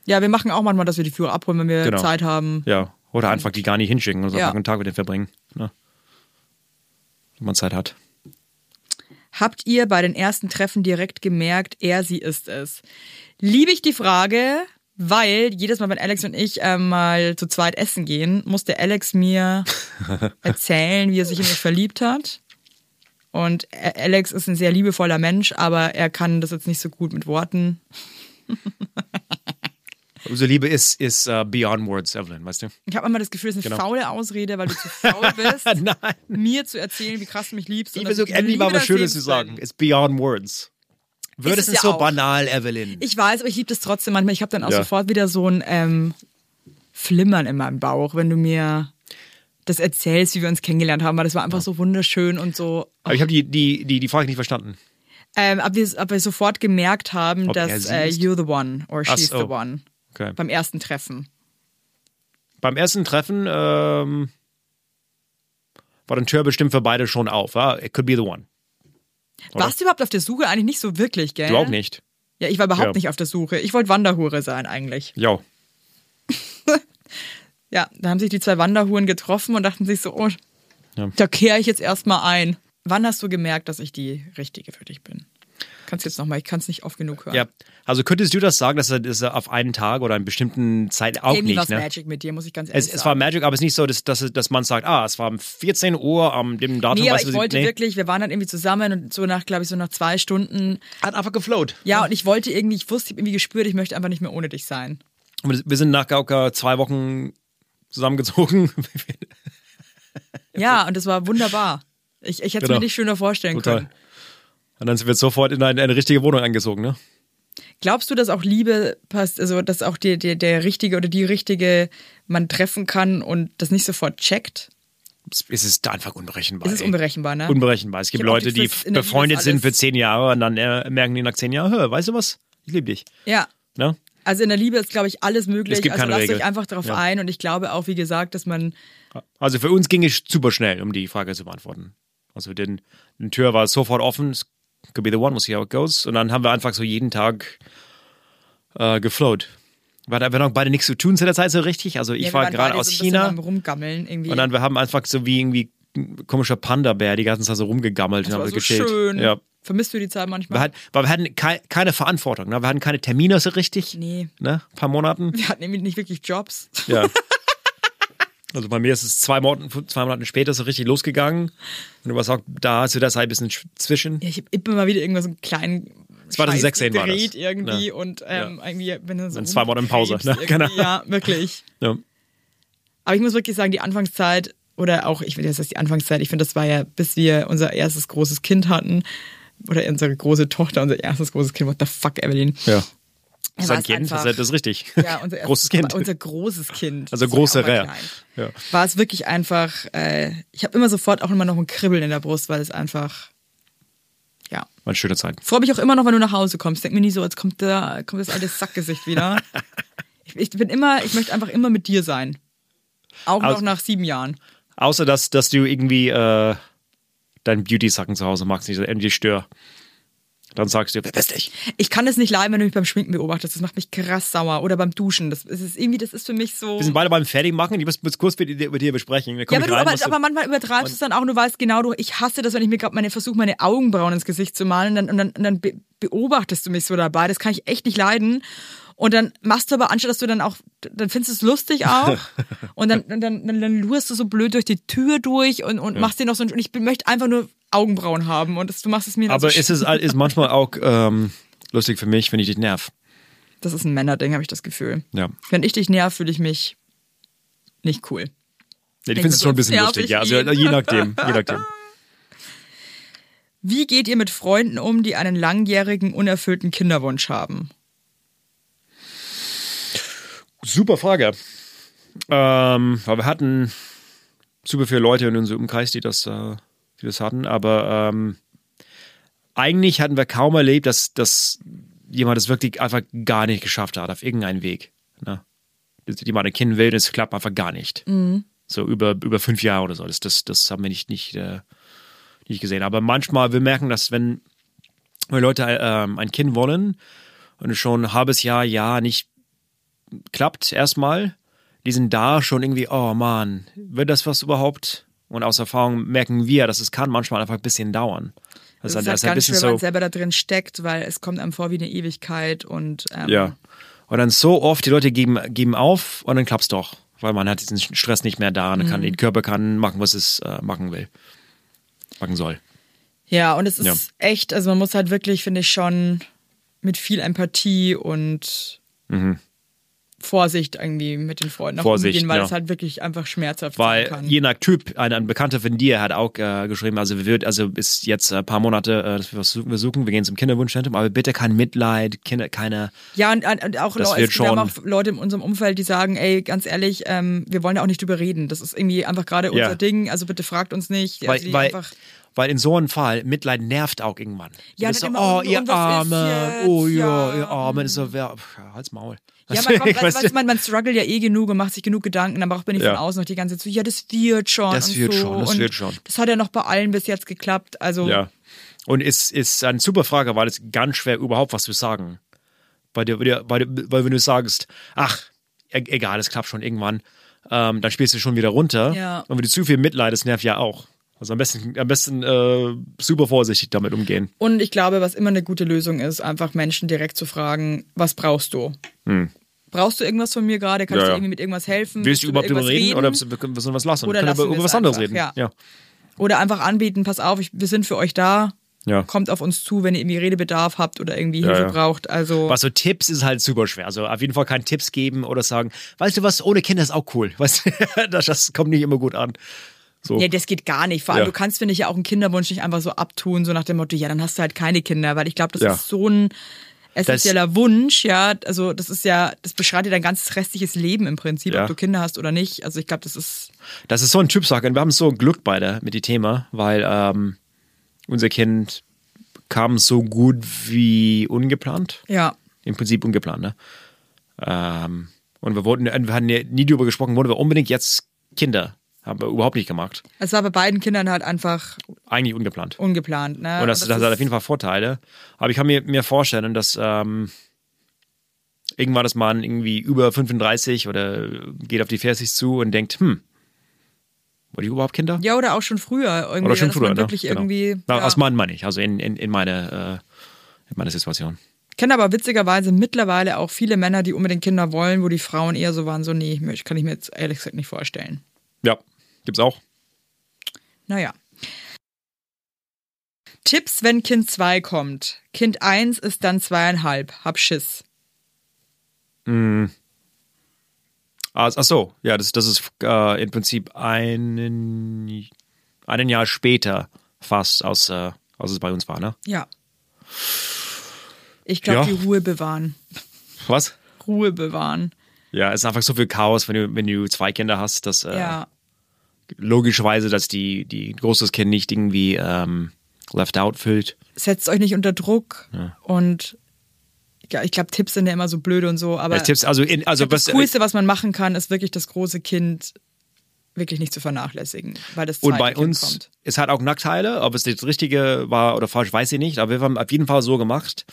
[SPEAKER 2] Ja, wir machen auch manchmal, dass wir die Führer abholen, wenn wir
[SPEAKER 1] Genau.
[SPEAKER 2] Zeit haben.
[SPEAKER 1] Ja. Oder einfach die gar nicht hinschicken und so
[SPEAKER 2] Mhm. Ja.
[SPEAKER 1] einfach einen Tag mit denen verbringen. Ne? Wenn man Zeit hat.
[SPEAKER 2] Habt ihr bei den ersten Treffen direkt gemerkt, er, sie ist es? Liebe ich die Frage, weil jedes Mal, wenn Alex und ich ähm, mal zu zweit essen gehen, musste Alex mir erzählen, wie er sich in mich verliebt hat. Und Ä- Alex ist ein sehr liebevoller Mensch, aber er kann das jetzt nicht so gut mit Worten.
[SPEAKER 1] Also Liebe ist, ist äh, beyond words, Evelyn, weißt du?
[SPEAKER 2] Ich habe immer das Gefühl, es ist eine
[SPEAKER 1] Genau.
[SPEAKER 2] faule Ausrede, weil du zu faul bist,
[SPEAKER 1] Nein.
[SPEAKER 2] mir zu erzählen, wie krass du mich liebst.
[SPEAKER 1] Ich
[SPEAKER 2] und dass
[SPEAKER 1] versuche
[SPEAKER 2] ich die
[SPEAKER 1] endlich mal
[SPEAKER 2] Liebe
[SPEAKER 1] was
[SPEAKER 2] des
[SPEAKER 1] Schönes zu
[SPEAKER 2] Lebens
[SPEAKER 1] sagen.
[SPEAKER 2] bin.
[SPEAKER 1] It's beyond words. Wird
[SPEAKER 2] Ist
[SPEAKER 1] es
[SPEAKER 2] es
[SPEAKER 1] nicht
[SPEAKER 2] ja
[SPEAKER 1] so
[SPEAKER 2] auch.
[SPEAKER 1] banal, Evelyn?
[SPEAKER 2] Ich weiß, aber ich liebe das trotzdem manchmal. Ich habe dann auch
[SPEAKER 1] Ja.
[SPEAKER 2] sofort wieder so ein ähm, Flimmern in meinem Bauch, wenn du mir das erzählst, wie wir uns kennengelernt haben, weil das war einfach so wunderschön und so.
[SPEAKER 1] Aber ich habe die, die, die, die Frage nicht verstanden.
[SPEAKER 2] Ähm, ob, wir, ob wir sofort gemerkt haben,
[SPEAKER 1] Ob er
[SPEAKER 2] dass
[SPEAKER 1] sie
[SPEAKER 2] äh,
[SPEAKER 1] ist?
[SPEAKER 2] you're the one or
[SPEAKER 1] Ach
[SPEAKER 2] she's
[SPEAKER 1] so.
[SPEAKER 2] the one
[SPEAKER 1] Okay.
[SPEAKER 2] beim ersten Treffen.
[SPEAKER 1] Beim ersten Treffen ähm, war dann Tür bestimmt für beide schon auf. Ah, it could be the one. Oder?
[SPEAKER 2] Warst du überhaupt auf der Suche? Eigentlich nicht so wirklich, gell?
[SPEAKER 1] Du auch nicht.
[SPEAKER 2] Ja, ich war überhaupt
[SPEAKER 1] Ja.
[SPEAKER 2] nicht auf der Suche. Ich wollte Wanderhure sein eigentlich.
[SPEAKER 1] Jo.
[SPEAKER 2] Ja, da haben sich die zwei Wanderhuren getroffen und dachten sich so, oh,
[SPEAKER 1] Ja.
[SPEAKER 2] da kehre ich jetzt erstmal ein. Wann hast du gemerkt, dass ich die Richtige für dich bin? Kannst jetzt nochmal, ich kann es nicht oft genug hören.
[SPEAKER 1] Ja. Also könntest du das sagen, dass er, dass er auf einen Tag oder einen bestimmten Zeit auch
[SPEAKER 2] Irgendwie war
[SPEAKER 1] nicht,
[SPEAKER 2] es
[SPEAKER 1] ne?
[SPEAKER 2] Magic mit dir, muss ich ganz ehrlich
[SPEAKER 1] Es,
[SPEAKER 2] sagen.
[SPEAKER 1] es war Magic, aber es ist nicht so, dass, dass, dass man sagt, ah, es war um 14 Uhr am dem Datum.
[SPEAKER 2] Nee, aber
[SPEAKER 1] weißt du,
[SPEAKER 2] ich
[SPEAKER 1] was
[SPEAKER 2] wollte wirklich, wir waren dann irgendwie zusammen und so nach, glaube ich, so nach zwei Stunden.
[SPEAKER 1] Hat einfach geflowt.
[SPEAKER 2] Ja, und ich wollte irgendwie, ich wusste, ich hab irgendwie gespürt, ich möchte einfach nicht mehr ohne dich sein.
[SPEAKER 1] Und Wir sind nach Gauka zwei Wochen zusammengezogen.
[SPEAKER 2] Ja, und das war wunderbar. Ich, ich hätte es
[SPEAKER 1] Genau.
[SPEAKER 2] mir nicht schöner vorstellen
[SPEAKER 1] Total.
[SPEAKER 2] können.
[SPEAKER 1] Und dann sind wir sofort in eine, eine richtige Wohnung angezogen, ne?
[SPEAKER 2] Glaubst du, dass auch Liebe passt, also dass auch die, die, der Richtige oder die Richtige man treffen kann und das nicht sofort checkt?
[SPEAKER 1] Es ist einfach unberechenbar.
[SPEAKER 2] Es ist
[SPEAKER 1] ey.
[SPEAKER 2] unberechenbar, ne?
[SPEAKER 1] Unberechenbar. Es gibt
[SPEAKER 2] Ich hab auch
[SPEAKER 1] Leute, die
[SPEAKER 2] dieses- in der Liebe
[SPEAKER 1] befreundet
[SPEAKER 2] ist
[SPEAKER 1] sind für
[SPEAKER 2] alles-
[SPEAKER 1] zehn Jahre und dann äh, merken die nach zehn Jahren, hör, weißt du was? Ich liebe dich.
[SPEAKER 2] Ja.
[SPEAKER 1] Ne?
[SPEAKER 2] Also in der Liebe ist, glaube ich, alles möglich.
[SPEAKER 1] Es gibt
[SPEAKER 2] also
[SPEAKER 1] keine
[SPEAKER 2] lasst
[SPEAKER 1] Regel.
[SPEAKER 2] euch einfach darauf
[SPEAKER 1] Ja.
[SPEAKER 2] ein und ich glaube auch, wie gesagt, dass man
[SPEAKER 1] Also für uns ging es super schnell, um die Frage zu beantworten. Also den, die Tür war sofort offen, es could be the one, we'll see how it goes. Und dann haben wir einfach so jeden Tag äh, geflowt. Wir hatten einfach noch beide nichts zu tun zu der Zeit so richtig. Also ich
[SPEAKER 2] ja, wir
[SPEAKER 1] war
[SPEAKER 2] waren
[SPEAKER 1] gerade
[SPEAKER 2] beide
[SPEAKER 1] aus
[SPEAKER 2] so ein bisschen
[SPEAKER 1] China
[SPEAKER 2] am rumgammeln irgendwie.
[SPEAKER 1] und dann wir haben einfach so wie irgendwie ein komischer Panda-Bär die ganze Zeit so rumgegammelt
[SPEAKER 2] das
[SPEAKER 1] und
[SPEAKER 2] war
[SPEAKER 1] haben
[SPEAKER 2] so
[SPEAKER 1] gechillt.
[SPEAKER 2] schön.
[SPEAKER 1] Ja.
[SPEAKER 2] Vermisst du die Zeit
[SPEAKER 1] Wir,
[SPEAKER 2] manchmal?
[SPEAKER 1] hat, weil wir hatten kei keine Verantwortung, ne? wir hatten keine Termine so richtig.
[SPEAKER 2] Nee.
[SPEAKER 1] Ne? Ein paar Monaten.
[SPEAKER 2] Wir hatten nämlich nicht wirklich Jobs.
[SPEAKER 1] Ja. Also bei mir ist es zwei Monaten, zwei Monaten später so richtig losgegangen. Und du warst auch da zu der Zeit ein bisschen sch- zwischen.
[SPEAKER 2] Ja, ich habe immer mal wieder irgendwas so einen kleinen
[SPEAKER 1] 2016 war
[SPEAKER 2] Scheiß
[SPEAKER 1] das.
[SPEAKER 2] gedreht irgendwie
[SPEAKER 1] Ja.
[SPEAKER 2] und ähm, irgendwie wenn du so
[SPEAKER 1] Dann zwei Monate Pause,
[SPEAKER 2] rumkrebst
[SPEAKER 1] ne?
[SPEAKER 2] irgendwie.
[SPEAKER 1] Genau.
[SPEAKER 2] Ja, wirklich.
[SPEAKER 1] Ja.
[SPEAKER 2] Aber ich muss wirklich sagen, die Anfangszeit oder auch, ich will jetzt die Anfangszeit, ich finde, das war ja, bis wir unser erstes großes Kind hatten oder unsere große Tochter, unser erstes großes Kind. What the fuck, Evelyn?
[SPEAKER 1] ja.
[SPEAKER 2] Ja,
[SPEAKER 1] Sein
[SPEAKER 2] war's
[SPEAKER 1] Kind,
[SPEAKER 2] einfach-
[SPEAKER 1] das ist das ist richtig.
[SPEAKER 2] Ja, unser erstes,
[SPEAKER 1] Großes Kind.
[SPEAKER 2] Unser großes Kind.
[SPEAKER 1] Also
[SPEAKER 2] Das war ja auch
[SPEAKER 1] große
[SPEAKER 2] mal
[SPEAKER 1] Rä.
[SPEAKER 2] klein.
[SPEAKER 1] Ja.
[SPEAKER 2] War es wirklich einfach, äh, ich habe immer sofort auch immer noch ein Kribbeln in der Brust, weil es einfach, ja.
[SPEAKER 1] War eine schöne Zeit.
[SPEAKER 2] Freue mich auch immer noch, wenn du nach Hause kommst. Denk mir nie so, jetzt kommt, der, kommt das alte Sackgesicht wieder. ich, ich bin immer, ich möchte einfach immer mit dir sein. Auch
[SPEAKER 1] Aus-
[SPEAKER 2] noch nach sieben Jahren.
[SPEAKER 1] Außer, dass, dass du irgendwie äh, deinen Beauty-Sacken zu Hause machst, nicht so endlich stör. Dann sagst du, verpiss dich.
[SPEAKER 2] Ich kann es nicht leiden, wenn du mich beim Schminken beobachtest. Das macht mich krass sauer. Oder beim Duschen. Das ist es irgendwie, das ist für mich so.
[SPEAKER 1] Wir sind beide beim Fertigmachen. Ich muss muss kurz mit dir, mit dir besprechen. Dann komm
[SPEAKER 2] Ja, aber,
[SPEAKER 1] ich
[SPEAKER 2] du,
[SPEAKER 1] rein,
[SPEAKER 2] aber,
[SPEAKER 1] musst du-
[SPEAKER 2] aber manchmal übertreibst du es dann auch. Du weißt genau, du, ich hasse das, wenn ich mir gerade meine versuche, meine Augenbrauen ins Gesicht zu malen. Und dann, und dann, und dann be beobachtest du mich so dabei. Das kann ich echt nicht leiden. Und dann machst du aber, anstatt dass du dann auch, dann findest du es lustig auch. und dann, dann, dann, dann, dann lurst du so blöd durch die Tür durch und, und machst dir noch so ein, und ich bin- möchte einfach nur Augenbrauen haben. Und das, du machst es mir dann
[SPEAKER 1] aber
[SPEAKER 2] so
[SPEAKER 1] ist es ist manchmal auch ähm, lustig für mich, wenn ich dich nerv.
[SPEAKER 2] Das ist ein Männerding, habe ich das Gefühl.
[SPEAKER 1] Ja.
[SPEAKER 2] Wenn ich dich nerv, fühle ich mich nicht cool.
[SPEAKER 1] Ja, die
[SPEAKER 2] Denk
[SPEAKER 1] findest
[SPEAKER 2] mir
[SPEAKER 1] du
[SPEAKER 2] so,
[SPEAKER 1] schon ein bisschen
[SPEAKER 2] nerv
[SPEAKER 1] lustig.
[SPEAKER 2] ich
[SPEAKER 1] Ja, also
[SPEAKER 2] ihn?
[SPEAKER 1] je nachdem. Je nachdem.
[SPEAKER 2] Wie geht ihr mit Freunden um, die einen langjährigen, unerfüllten Kinderwunsch haben?
[SPEAKER 1] Super Frage. Ähm, weil wir hatten super viele Leute in unserem Umkreis, die das, äh, die das hatten, aber ähm, eigentlich hatten wir kaum erlebt, dass, dass jemand das wirklich einfach gar nicht geschafft hat, auf irgendeinen Weg. Ne? Dass Jemand ein Kind will und es klappt einfach gar nicht.
[SPEAKER 2] Mhm.
[SPEAKER 1] So über, über fünf Jahre oder so. Das, das, das haben wir nicht, nicht, äh, nicht gesehen. Aber manchmal, wir merken, dass wenn, wenn Leute ähm, ein Kind wollen und schon ein halbes Jahr, Jahr nicht klappt erstmal. Die sind da schon irgendwie, oh Mann, wird das was überhaupt? Und aus Erfahrung merken wir, dass es kann manchmal einfach ein bisschen dauern.
[SPEAKER 2] Das,
[SPEAKER 1] Also,
[SPEAKER 2] ist
[SPEAKER 1] da
[SPEAKER 2] halt
[SPEAKER 1] ist ein
[SPEAKER 2] ganz
[SPEAKER 1] bisschen
[SPEAKER 2] schwer, wenn man
[SPEAKER 1] so-
[SPEAKER 2] selber da drin steckt, weil es kommt einem vor wie eine Ewigkeit und ähm,
[SPEAKER 1] Ja. Und dann so oft, die Leute geben, geben auf und dann klappt's doch. Weil man hat diesen Stress nicht mehr da und dann
[SPEAKER 2] Mhm.
[SPEAKER 1] kann, der Körper kann machen, was es äh, machen will. Machen soll.
[SPEAKER 2] ja, und es ist
[SPEAKER 1] Ja.
[SPEAKER 2] echt, also man muss halt wirklich, finde ich, schon mit viel Empathie und Vorsicht irgendwie mit den Freunden auf
[SPEAKER 1] Mhm. Vorsicht,
[SPEAKER 2] umgehen, weil
[SPEAKER 1] ja.
[SPEAKER 2] es halt wirklich einfach schmerzhaft sein
[SPEAKER 1] Weil
[SPEAKER 2] kann.
[SPEAKER 1] je nach Typ, ein, ein Bekannter von dir hat auch äh, geschrieben, also wird, also ist jetzt ein paar Monate, äh, dass wir was suchen, wir suchen, wir gehen zum Kinderwunschzentrum, aber bitte kein Mitleid, Kinder, keine.
[SPEAKER 2] Ja, und, und auch
[SPEAKER 1] Das
[SPEAKER 2] Leute,
[SPEAKER 1] wird
[SPEAKER 2] es gibt aber auch
[SPEAKER 1] schon-
[SPEAKER 2] Leute in unserem Umfeld, die sagen, ey, ganz ehrlich, ähm, wir wollen da auch nicht drüber reden. Das ist irgendwie einfach gerade
[SPEAKER 1] Ja.
[SPEAKER 2] unser Ding, also bitte fragt uns nicht.
[SPEAKER 1] Weil,
[SPEAKER 2] also die
[SPEAKER 1] weil,
[SPEAKER 2] einfach,
[SPEAKER 1] weil in so einem Fall, Mitleid nervt auch irgendwann.
[SPEAKER 2] Ja,
[SPEAKER 1] das so,
[SPEAKER 2] dann immer,
[SPEAKER 1] oh,
[SPEAKER 2] und-
[SPEAKER 1] ihr
[SPEAKER 2] und was ist
[SPEAKER 1] Arme,
[SPEAKER 2] jetzt?
[SPEAKER 1] oh ja,
[SPEAKER 2] Ja,
[SPEAKER 1] ihr Arme, das ist so, wer, pff, halt's Maul.
[SPEAKER 2] ja,
[SPEAKER 1] Also,
[SPEAKER 2] man, kommt,
[SPEAKER 1] ich weiß
[SPEAKER 2] weißt, du,
[SPEAKER 1] nicht.
[SPEAKER 2] man, man struggle ja eh genug und macht sich genug Gedanken, dann braucht man nicht
[SPEAKER 1] Ja.
[SPEAKER 2] von außen noch die ganze Zeit so, ja, das wird schon.
[SPEAKER 1] Das
[SPEAKER 2] und
[SPEAKER 1] wird
[SPEAKER 2] so.
[SPEAKER 1] schon, das
[SPEAKER 2] und
[SPEAKER 1] wird schon.
[SPEAKER 2] Das hat ja noch bei allen bis jetzt geklappt. Also
[SPEAKER 1] Ja. Und ist, ist eine super Frage, weil es ganz schwer überhaupt was zu sagen. Bei dir, bei dir, bei dir, weil wenn du sagst, ach, e- egal, es klappt schon irgendwann, ähm, dann spielst du schon wieder runter.
[SPEAKER 2] Ja.
[SPEAKER 1] Und wenn du zu viel mitleidest, nervt ja auch. Also am besten, am besten äh, super vorsichtig damit umgehen.
[SPEAKER 2] Und ich glaube, was immer eine gute Lösung ist, einfach Menschen direkt zu fragen, was brauchst du? Brauchst du irgendwas von mir gerade?
[SPEAKER 1] Hm.
[SPEAKER 2] Kann
[SPEAKER 1] Ja,
[SPEAKER 2] ich dir
[SPEAKER 1] ja.
[SPEAKER 2] irgendwie mit irgendwas helfen?
[SPEAKER 1] Willst du
[SPEAKER 2] über
[SPEAKER 1] überhaupt darüber
[SPEAKER 2] irgendwas
[SPEAKER 1] reden, oder willst du- wir- wir sollen was lassen? wir
[SPEAKER 2] Oder
[SPEAKER 1] können
[SPEAKER 2] lassen
[SPEAKER 1] über, über
[SPEAKER 2] wir
[SPEAKER 1] was
[SPEAKER 2] es
[SPEAKER 1] anderes
[SPEAKER 2] einfach,
[SPEAKER 1] reden.
[SPEAKER 2] ja. Oder einfach anbieten, pass auf, ich, wir sind für euch da.
[SPEAKER 1] Ja.
[SPEAKER 2] Kommt auf uns zu, wenn ihr irgendwie Redebedarf habt oder irgendwie
[SPEAKER 1] Ja,
[SPEAKER 2] Hilfe
[SPEAKER 1] ja.
[SPEAKER 2] braucht. Also
[SPEAKER 1] Was so Tipps ist halt super schwer. Also auf jeden Fall keinen Tipps geben oder sagen, weißt du was, ohne Kinder ist auch cool. Weißt du, das, das kommt nicht immer gut an. So.
[SPEAKER 2] Ja, das geht gar nicht. Vor allem,
[SPEAKER 1] Ja.
[SPEAKER 2] du kannst, finde ich, ja auch einen Kinderwunsch nicht einfach so abtun, so nach dem Motto, ja, dann hast du halt keine Kinder, weil ich glaube, das
[SPEAKER 1] Ja.
[SPEAKER 2] ist so ein essentieller Wunsch, ja. Also, das ist ja, das beschreitet dein ganzes restliches Leben im Prinzip,
[SPEAKER 1] Ja.
[SPEAKER 2] ob du Kinder hast oder nicht. Also, ich glaube, das ist,
[SPEAKER 1] Das ist so ein Typsache. Und wir haben so Glück beide mit dem Thema, weil ähm, unser Kind kam so gut wie ungeplant.
[SPEAKER 2] ja,
[SPEAKER 1] Im Prinzip ungeplant, ne? Ähm, und wir wollten, wir hatten ja nie darüber gesprochen, wollten wir unbedingt jetzt Kinder. Haben wir überhaupt nicht gemacht.
[SPEAKER 2] es war bei beiden Kindern halt einfach
[SPEAKER 1] Eigentlich ungeplant.
[SPEAKER 2] ungeplant, ne?
[SPEAKER 1] Und das, das, hat
[SPEAKER 2] ist-
[SPEAKER 1] auf jeden Fall Vorteile. Aber ich kann mir, mir vorstellen, dass ähm, irgendwann ist man irgendwie über 35 oder geht auf die 40 zu und denkt, hm, wollte ich überhaupt Kinder?
[SPEAKER 2] Ja, oder auch schon früher. Irgendwie,
[SPEAKER 1] Oder schon
[SPEAKER 2] dass
[SPEAKER 1] früher,
[SPEAKER 2] man
[SPEAKER 1] ne?
[SPEAKER 2] wirklich
[SPEAKER 1] Genau.
[SPEAKER 2] irgendwie.
[SPEAKER 1] Na,
[SPEAKER 2] ja.
[SPEAKER 1] Aus meinem meine ich, also in, in, in, meine, äh, in meiner Situation.
[SPEAKER 2] kenne aber witzigerweise mittlerweile auch viele Männer, die unbedingt Kinder wollen, wo die Frauen eher so waren, so, nee, ich- kann ich mir jetzt ehrlich gesagt nicht vorstellen.
[SPEAKER 1] Ja, gibt's auch.
[SPEAKER 2] Naja. Tipps, wenn Kind 2 kommt. Kind 1 ist dann zweieinhalb. Hab Schiss.
[SPEAKER 1] Ah, ach so, ja, das, das ist äh, im Prinzip einen, einen Jahr später fast, als, äh, als es bei uns war, ne?
[SPEAKER 2] Ja. Ich glaube,
[SPEAKER 1] Ja.
[SPEAKER 2] die Ruhe bewahren.
[SPEAKER 1] Was?
[SPEAKER 2] Ruhe bewahren.
[SPEAKER 1] Ja, es ist einfach so viel Chaos, wenn du, wenn du zwei Kinder hast, dass äh,
[SPEAKER 2] Ja.
[SPEAKER 1] logischerweise, dass die, die großes Kind nicht irgendwie ähm, left out füllt.
[SPEAKER 2] Setzt euch nicht unter Druck. Und ja, ich glaube, Tipps sind ja immer so blöd und so, aber
[SPEAKER 1] Als Tipps, also, in, also
[SPEAKER 2] das
[SPEAKER 1] was,
[SPEAKER 2] Coolste, was man machen kann, ist wirklich das große Kind wirklich nicht zu vernachlässigen, weil das zweite
[SPEAKER 1] Und bei
[SPEAKER 2] Kind
[SPEAKER 1] uns,
[SPEAKER 2] kommt.
[SPEAKER 1] es hat auch Nackteile, ob es das Richtige war oder falsch, weiß ich nicht. Aber wir haben auf jeden Fall so gemacht,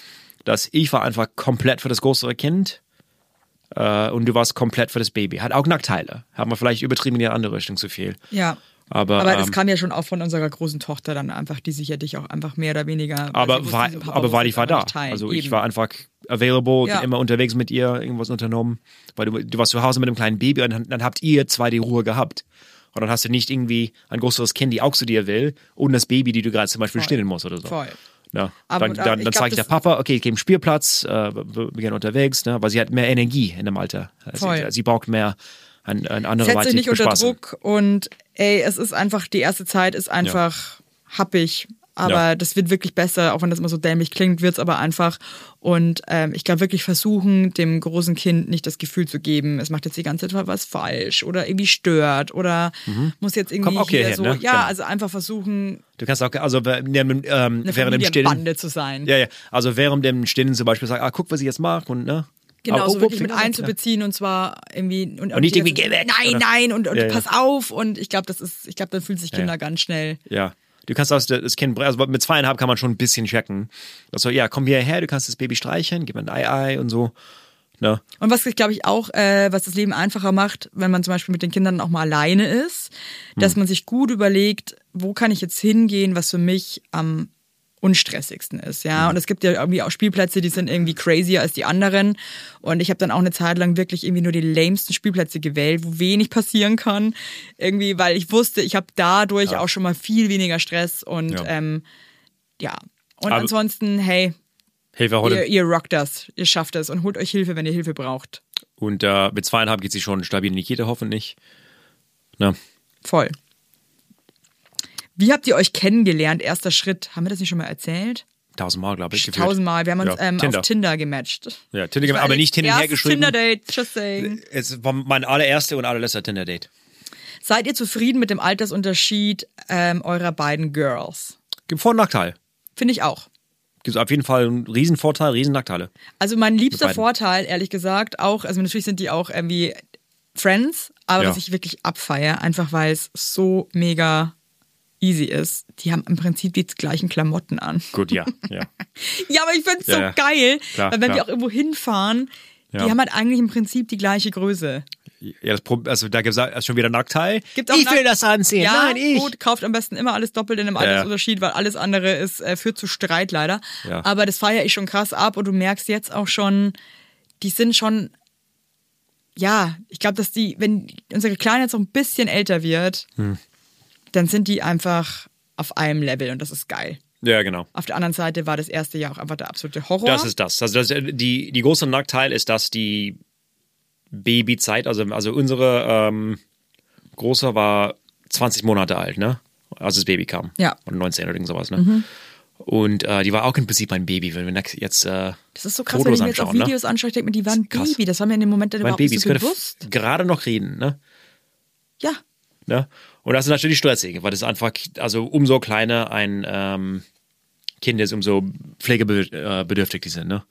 [SPEAKER 1] dass ich war einfach komplett für das größere Kind äh, und du warst komplett für das Baby. Hat auch Nackteile. Haben wir vielleicht übertrieben in die andere Richtung zu viel.
[SPEAKER 2] Ja.
[SPEAKER 1] Aber,
[SPEAKER 2] aber das
[SPEAKER 1] ähm,
[SPEAKER 2] kam ja schon auch von unserer großen Tochter dann einfach, die sich ja dich auch einfach mehr oder weniger. weil sie
[SPEAKER 1] aber,
[SPEAKER 2] wusste,
[SPEAKER 1] war,
[SPEAKER 2] so Papa
[SPEAKER 1] aber
[SPEAKER 2] muss
[SPEAKER 1] weil
[SPEAKER 2] das
[SPEAKER 1] ich war
[SPEAKER 2] einfach
[SPEAKER 1] da.
[SPEAKER 2] nicht teilen.
[SPEAKER 1] Also ich
[SPEAKER 2] Eben.
[SPEAKER 1] war einfach available,
[SPEAKER 2] Ja.
[SPEAKER 1] immer unterwegs mit ihr, irgendwas unternommen. Weil du, du warst zu Hause mit einem kleinen Baby und dann, dann habt ihr zwei die Ruhe gehabt. Und dann hast du nicht irgendwie ein größeres Kind, die auch zu dir will, ohne das Baby, die du gerade zum Beispiel stillen musst oder so.
[SPEAKER 2] Voll.
[SPEAKER 1] Ja, dann dann,
[SPEAKER 2] Aber- aber ich
[SPEAKER 1] dann
[SPEAKER 2] glaub,
[SPEAKER 1] zeige ich der
[SPEAKER 2] das-
[SPEAKER 1] Papa, okay, ich gehe im Spielplatz, äh, wir wir gehen unterwegs, ne? weil sie hat mehr Energie in dem Alter.
[SPEAKER 2] Voll.
[SPEAKER 1] Sie, sie braucht mehr an, an andere
[SPEAKER 2] Setz dich
[SPEAKER 1] Weite
[SPEAKER 2] nicht unter Druck und ey, es ist einfach, die erste Zeit ist einfach happig. Aber
[SPEAKER 1] Ja.
[SPEAKER 2] das wird wirklich besser, auch wenn das immer so dämlich klingt, wird es aber einfach. Und ähm, ich glaube, wirklich versuchen, dem großen Kind nicht das Gefühl zu geben, es macht jetzt die ganze Zeit was falsch oder irgendwie stört oder muss jetzt irgendwie
[SPEAKER 1] Mhm. Komm auch
[SPEAKER 2] hier
[SPEAKER 1] hierher,
[SPEAKER 2] so.
[SPEAKER 1] ne?
[SPEAKER 2] Ja,
[SPEAKER 1] Genau.
[SPEAKER 2] also einfach versuchen,
[SPEAKER 1] Du kannst auch, also wer- neben, ähm,
[SPEAKER 2] eine
[SPEAKER 1] während dem Stillen.
[SPEAKER 2] Familienbande zu sein.
[SPEAKER 1] Ja, ja. Also während dem Stillen zum Beispiel sagen, ah, guck, was ich jetzt mache und ne.
[SPEAKER 2] Genau,
[SPEAKER 1] Ah,
[SPEAKER 2] so
[SPEAKER 1] oh,
[SPEAKER 2] wirklich
[SPEAKER 1] ups,
[SPEAKER 2] mit
[SPEAKER 1] ja,
[SPEAKER 2] einzubeziehen und zwar irgendwie. Und,
[SPEAKER 1] nicht
[SPEAKER 2] die
[SPEAKER 1] irgendwie,
[SPEAKER 2] ganze-
[SPEAKER 1] geh weg,
[SPEAKER 2] Nein,
[SPEAKER 1] oder?
[SPEAKER 2] nein, und, und
[SPEAKER 1] Ja, ja.
[SPEAKER 2] pass auf. Und ich glaube, das ist, ich glaube, dann fühlen sich
[SPEAKER 1] ja.
[SPEAKER 2] Kinder ganz schnell.
[SPEAKER 1] Ja. Du kannst das, das Kind, br- also mit zweieinhalb kann man schon ein bisschen checken. Also ja, komm hierher, du kannst das Baby streicheln, gib mir ein Ei-Ei und so. Ne?
[SPEAKER 2] Und was ich glaube ich auch, äh, was das Leben einfacher macht, wenn man zum Beispiel mit den Kindern auch mal alleine ist, dass man sich gut überlegt, wo kann ich jetzt hingehen, was für mich am unstressigsten ist, ja. Und es gibt ja irgendwie auch Spielplätze, die sind irgendwie crazier als die anderen. Und ich habe dann auch eine Zeit lang wirklich irgendwie nur die lamesten Spielplätze gewählt, wo wenig passieren kann, irgendwie, weil ich wusste, ich habe dadurch auch schon mal viel weniger Stress und ja.
[SPEAKER 1] Ja.
[SPEAKER 2] Ähm, ja. Und
[SPEAKER 1] Aber-
[SPEAKER 2] ansonsten, hey,
[SPEAKER 1] Hilfe heute.
[SPEAKER 2] ihr, ihr rockt das, ihr schafft das und holt euch Hilfe, wenn ihr Hilfe braucht.
[SPEAKER 1] Und äh, mit zweieinhalb geht sie schon stabil in die Kita, hoffentlich. Ne? Na,
[SPEAKER 2] Voll. Wie habt ihr euch kennengelernt? Erster Schritt. Haben wir das nicht schon mal erzählt?
[SPEAKER 1] tausendmal, glaube ich. gefühlt.
[SPEAKER 2] Tausendmal. Wir haben uns
[SPEAKER 1] Ja,
[SPEAKER 2] ähm,
[SPEAKER 1] Tinder.
[SPEAKER 2] auf Tinder gematcht.
[SPEAKER 1] Ja, Tinder, aber nicht hin und her geschrieben.
[SPEAKER 2] Tinder-Date, just saying.
[SPEAKER 1] Es war mein allererster und allerletzter Tinder-Date.
[SPEAKER 2] Seid ihr zufrieden mit dem Altersunterschied ähm, eurer beiden Girls?
[SPEAKER 1] Gibt Vor- und Nachteil.
[SPEAKER 2] Finde ich auch.
[SPEAKER 1] Gibt auf jeden Fall einen Riesenvorteil, Riesennachteile.
[SPEAKER 2] Also mein liebster
[SPEAKER 1] beiden.
[SPEAKER 2] Vorteil, ehrlich gesagt, auch, also natürlich sind die auch irgendwie Friends, aber
[SPEAKER 1] Ja.
[SPEAKER 2] was ich wirklich abfeier, einfach weil es so mega easy ist. Die haben im Prinzip die gleichen Klamotten an.
[SPEAKER 1] Gut, ja. ja.
[SPEAKER 2] Ja, aber ich find's so
[SPEAKER 1] Ja, ja.
[SPEAKER 2] geil,
[SPEAKER 1] Klar,
[SPEAKER 2] weil wenn
[SPEAKER 1] klar.
[SPEAKER 2] wir auch irgendwo hinfahren,
[SPEAKER 1] Ja.
[SPEAKER 2] die haben halt eigentlich im Prinzip die gleiche Größe.
[SPEAKER 1] ja das Prob- also da gibt es schon wieder Nachteil.
[SPEAKER 2] Gibt auch
[SPEAKER 1] ich will
[SPEAKER 2] Nack-
[SPEAKER 1] das anziehen.
[SPEAKER 2] Ja,
[SPEAKER 1] Nein, ich.
[SPEAKER 2] gut, kauft am besten immer alles doppelt in einem
[SPEAKER 1] ja.
[SPEAKER 2] Altersunterschied, weil alles andere ist, äh, führt zu Streit leider.
[SPEAKER 1] Ja.
[SPEAKER 2] Aber das feiere ich schon krass ab und du merkst jetzt auch schon, die sind schon, ja, ich glaube, dass die, wenn unsere Kleine jetzt noch ein bisschen älter wird,
[SPEAKER 1] Hm.
[SPEAKER 2] dann sind die einfach auf einem Level und das ist geil.
[SPEAKER 1] Ja, genau.
[SPEAKER 2] Auf der anderen Seite war das erste Jahr auch einfach der absolute Horror.
[SPEAKER 1] Das ist das. Also das, die, die große Nachteil ist, dass die Babyzeit, also, also unsere ähm, Große war 20 Monate alt, ne? Als das Baby kam.
[SPEAKER 2] Ja. Mhm.
[SPEAKER 1] Oder 19 oder irgend sowas, ne? Und äh, die war auch im Prinzip ein Baby, wenn wir nach- jetzt äh,
[SPEAKER 2] das ist so krass, wenn
[SPEAKER 1] Fotos
[SPEAKER 2] ich mir jetzt auch
[SPEAKER 1] anschauen, ne?
[SPEAKER 2] Videos anschaue, ich denke mir, die waren
[SPEAKER 1] krass.
[SPEAKER 2] Baby. Das war mir in dem Moment dann
[SPEAKER 1] Mein
[SPEAKER 2] überhaupt
[SPEAKER 1] Baby,
[SPEAKER 2] nicht
[SPEAKER 1] es
[SPEAKER 2] so
[SPEAKER 1] könnte
[SPEAKER 2] bewusst.
[SPEAKER 1] f- gerade noch reden, ne?
[SPEAKER 2] Ja,
[SPEAKER 1] Ne? Und das ist natürlich stressig, weil das einfach, also umso kleiner ein ähm, Kind ist, umso pflegebedürftig die sind. Ne?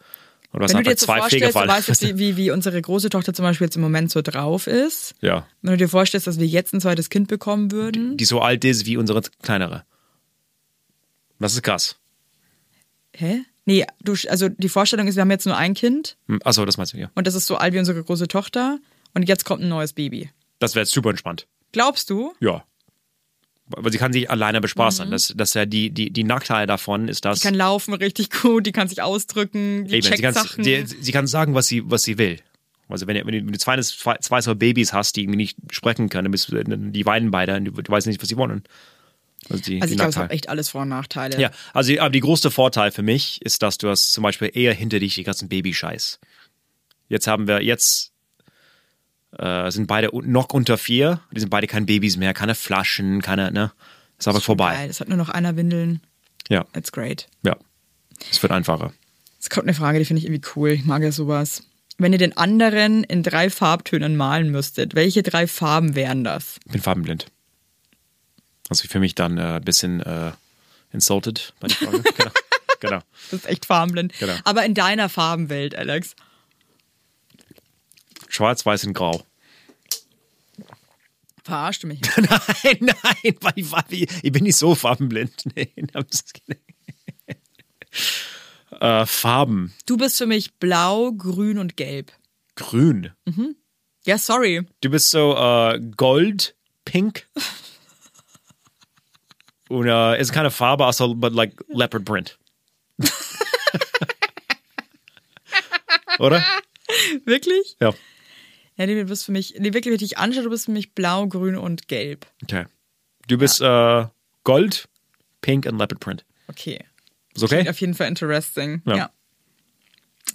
[SPEAKER 1] Und du hast
[SPEAKER 2] wenn du
[SPEAKER 1] einfach
[SPEAKER 2] dir jetzt so
[SPEAKER 1] zwei
[SPEAKER 2] vorstellst, du
[SPEAKER 1] Pflegefall.
[SPEAKER 2] weißt jetzt, wie, wie, wie unsere große Tochter zum Beispiel jetzt im Moment so drauf ist.
[SPEAKER 1] ja,
[SPEAKER 2] Wenn du dir vorstellst, dass wir jetzt ein zweites Kind bekommen würden.
[SPEAKER 1] die so alt ist wie unsere kleinere. Das ist krass.
[SPEAKER 2] Hä? Nee, du, also die Vorstellung ist, wir haben jetzt nur ein Kind
[SPEAKER 1] Hm, Achso, das meinst du, ja.
[SPEAKER 2] und das ist so alt wie unsere große Tochter und jetzt kommt ein neues Baby.
[SPEAKER 1] Das wäre super entspannt.
[SPEAKER 2] Glaubst du?
[SPEAKER 1] Ja. Aber sie kann sich alleine bespaßen. Das, das ist ja die, die, die Nachteil davon ist, dass
[SPEAKER 2] Mhm. Die kann laufen richtig gut, die kann sich ausdrücken, die
[SPEAKER 1] Eben,
[SPEAKER 2] checkt
[SPEAKER 1] sie, kann,
[SPEAKER 2] Sachen.
[SPEAKER 1] sie, sie kann sagen, was sie, was sie will. Also wenn, du- wenn du wenn du zwei, zwei, zwei so Babys hast, die irgendwie nicht sprechen können, dann bist du, dann- die weinen beide und du, du weißt nicht, was sie wollen. Also, die,
[SPEAKER 2] also
[SPEAKER 1] die
[SPEAKER 2] ich glaube, es hat
[SPEAKER 1] Nachteil.
[SPEAKER 2] echt alles Vor- und Nachteile.
[SPEAKER 1] Ja, also aber die größte Vorteil für mich ist, dass du hast zum Beispiel eher hinter dich die ganzen Babyscheiß. Jetzt haben wir, jetzt äh, sind beide un- noch unter vier, die sind beide keine Babys mehr, keine Flaschen, keine, ne? Ist aber vorbei.
[SPEAKER 2] Geil, es hat nur noch einer Windeln.
[SPEAKER 1] Ja,
[SPEAKER 2] That's great.
[SPEAKER 1] ja. Es wird einfacher.
[SPEAKER 2] Es kommt eine Frage, die finde ich irgendwie cool. Ich mag ja sowas. Wenn ihr den anderen in drei Farbtönen malen müsstet, welche drei Farben wären das?
[SPEAKER 1] Ich bin farbenblind. Also ich fühle mich dann äh, ein bisschen äh, insulted bei der Frage. genau. genau.
[SPEAKER 2] Das ist echt farbenblind.
[SPEAKER 1] Genau.
[SPEAKER 2] Aber in deiner Farbenwelt, Alex.
[SPEAKER 1] Schwarz, weiß und grau.
[SPEAKER 2] Verarschst du mich?
[SPEAKER 1] nein, nein, weil ich, war- ich bin nicht so farbenblind. Nee, das ist- äh, Farben.
[SPEAKER 2] Du bist für mich blau, grün und gelb.
[SPEAKER 1] Grün.
[SPEAKER 2] Ja, sorry.
[SPEAKER 1] Du bist so äh, gold, pink. Und äh, ist keine Farbe, also but like leopard print. Oder?
[SPEAKER 2] Wirklich?
[SPEAKER 1] Ja.
[SPEAKER 2] Ja, nee, du bist für mich, nee, wirklich, wenn ich dich anschaue, du bist für mich blau, grün und gelb.
[SPEAKER 1] Okay. Du bist äh, Gold, Pink und Leopard Print.
[SPEAKER 2] Okay.
[SPEAKER 1] Ist okay?
[SPEAKER 2] Auf jeden Fall interesting.
[SPEAKER 1] Ja.
[SPEAKER 2] Ja.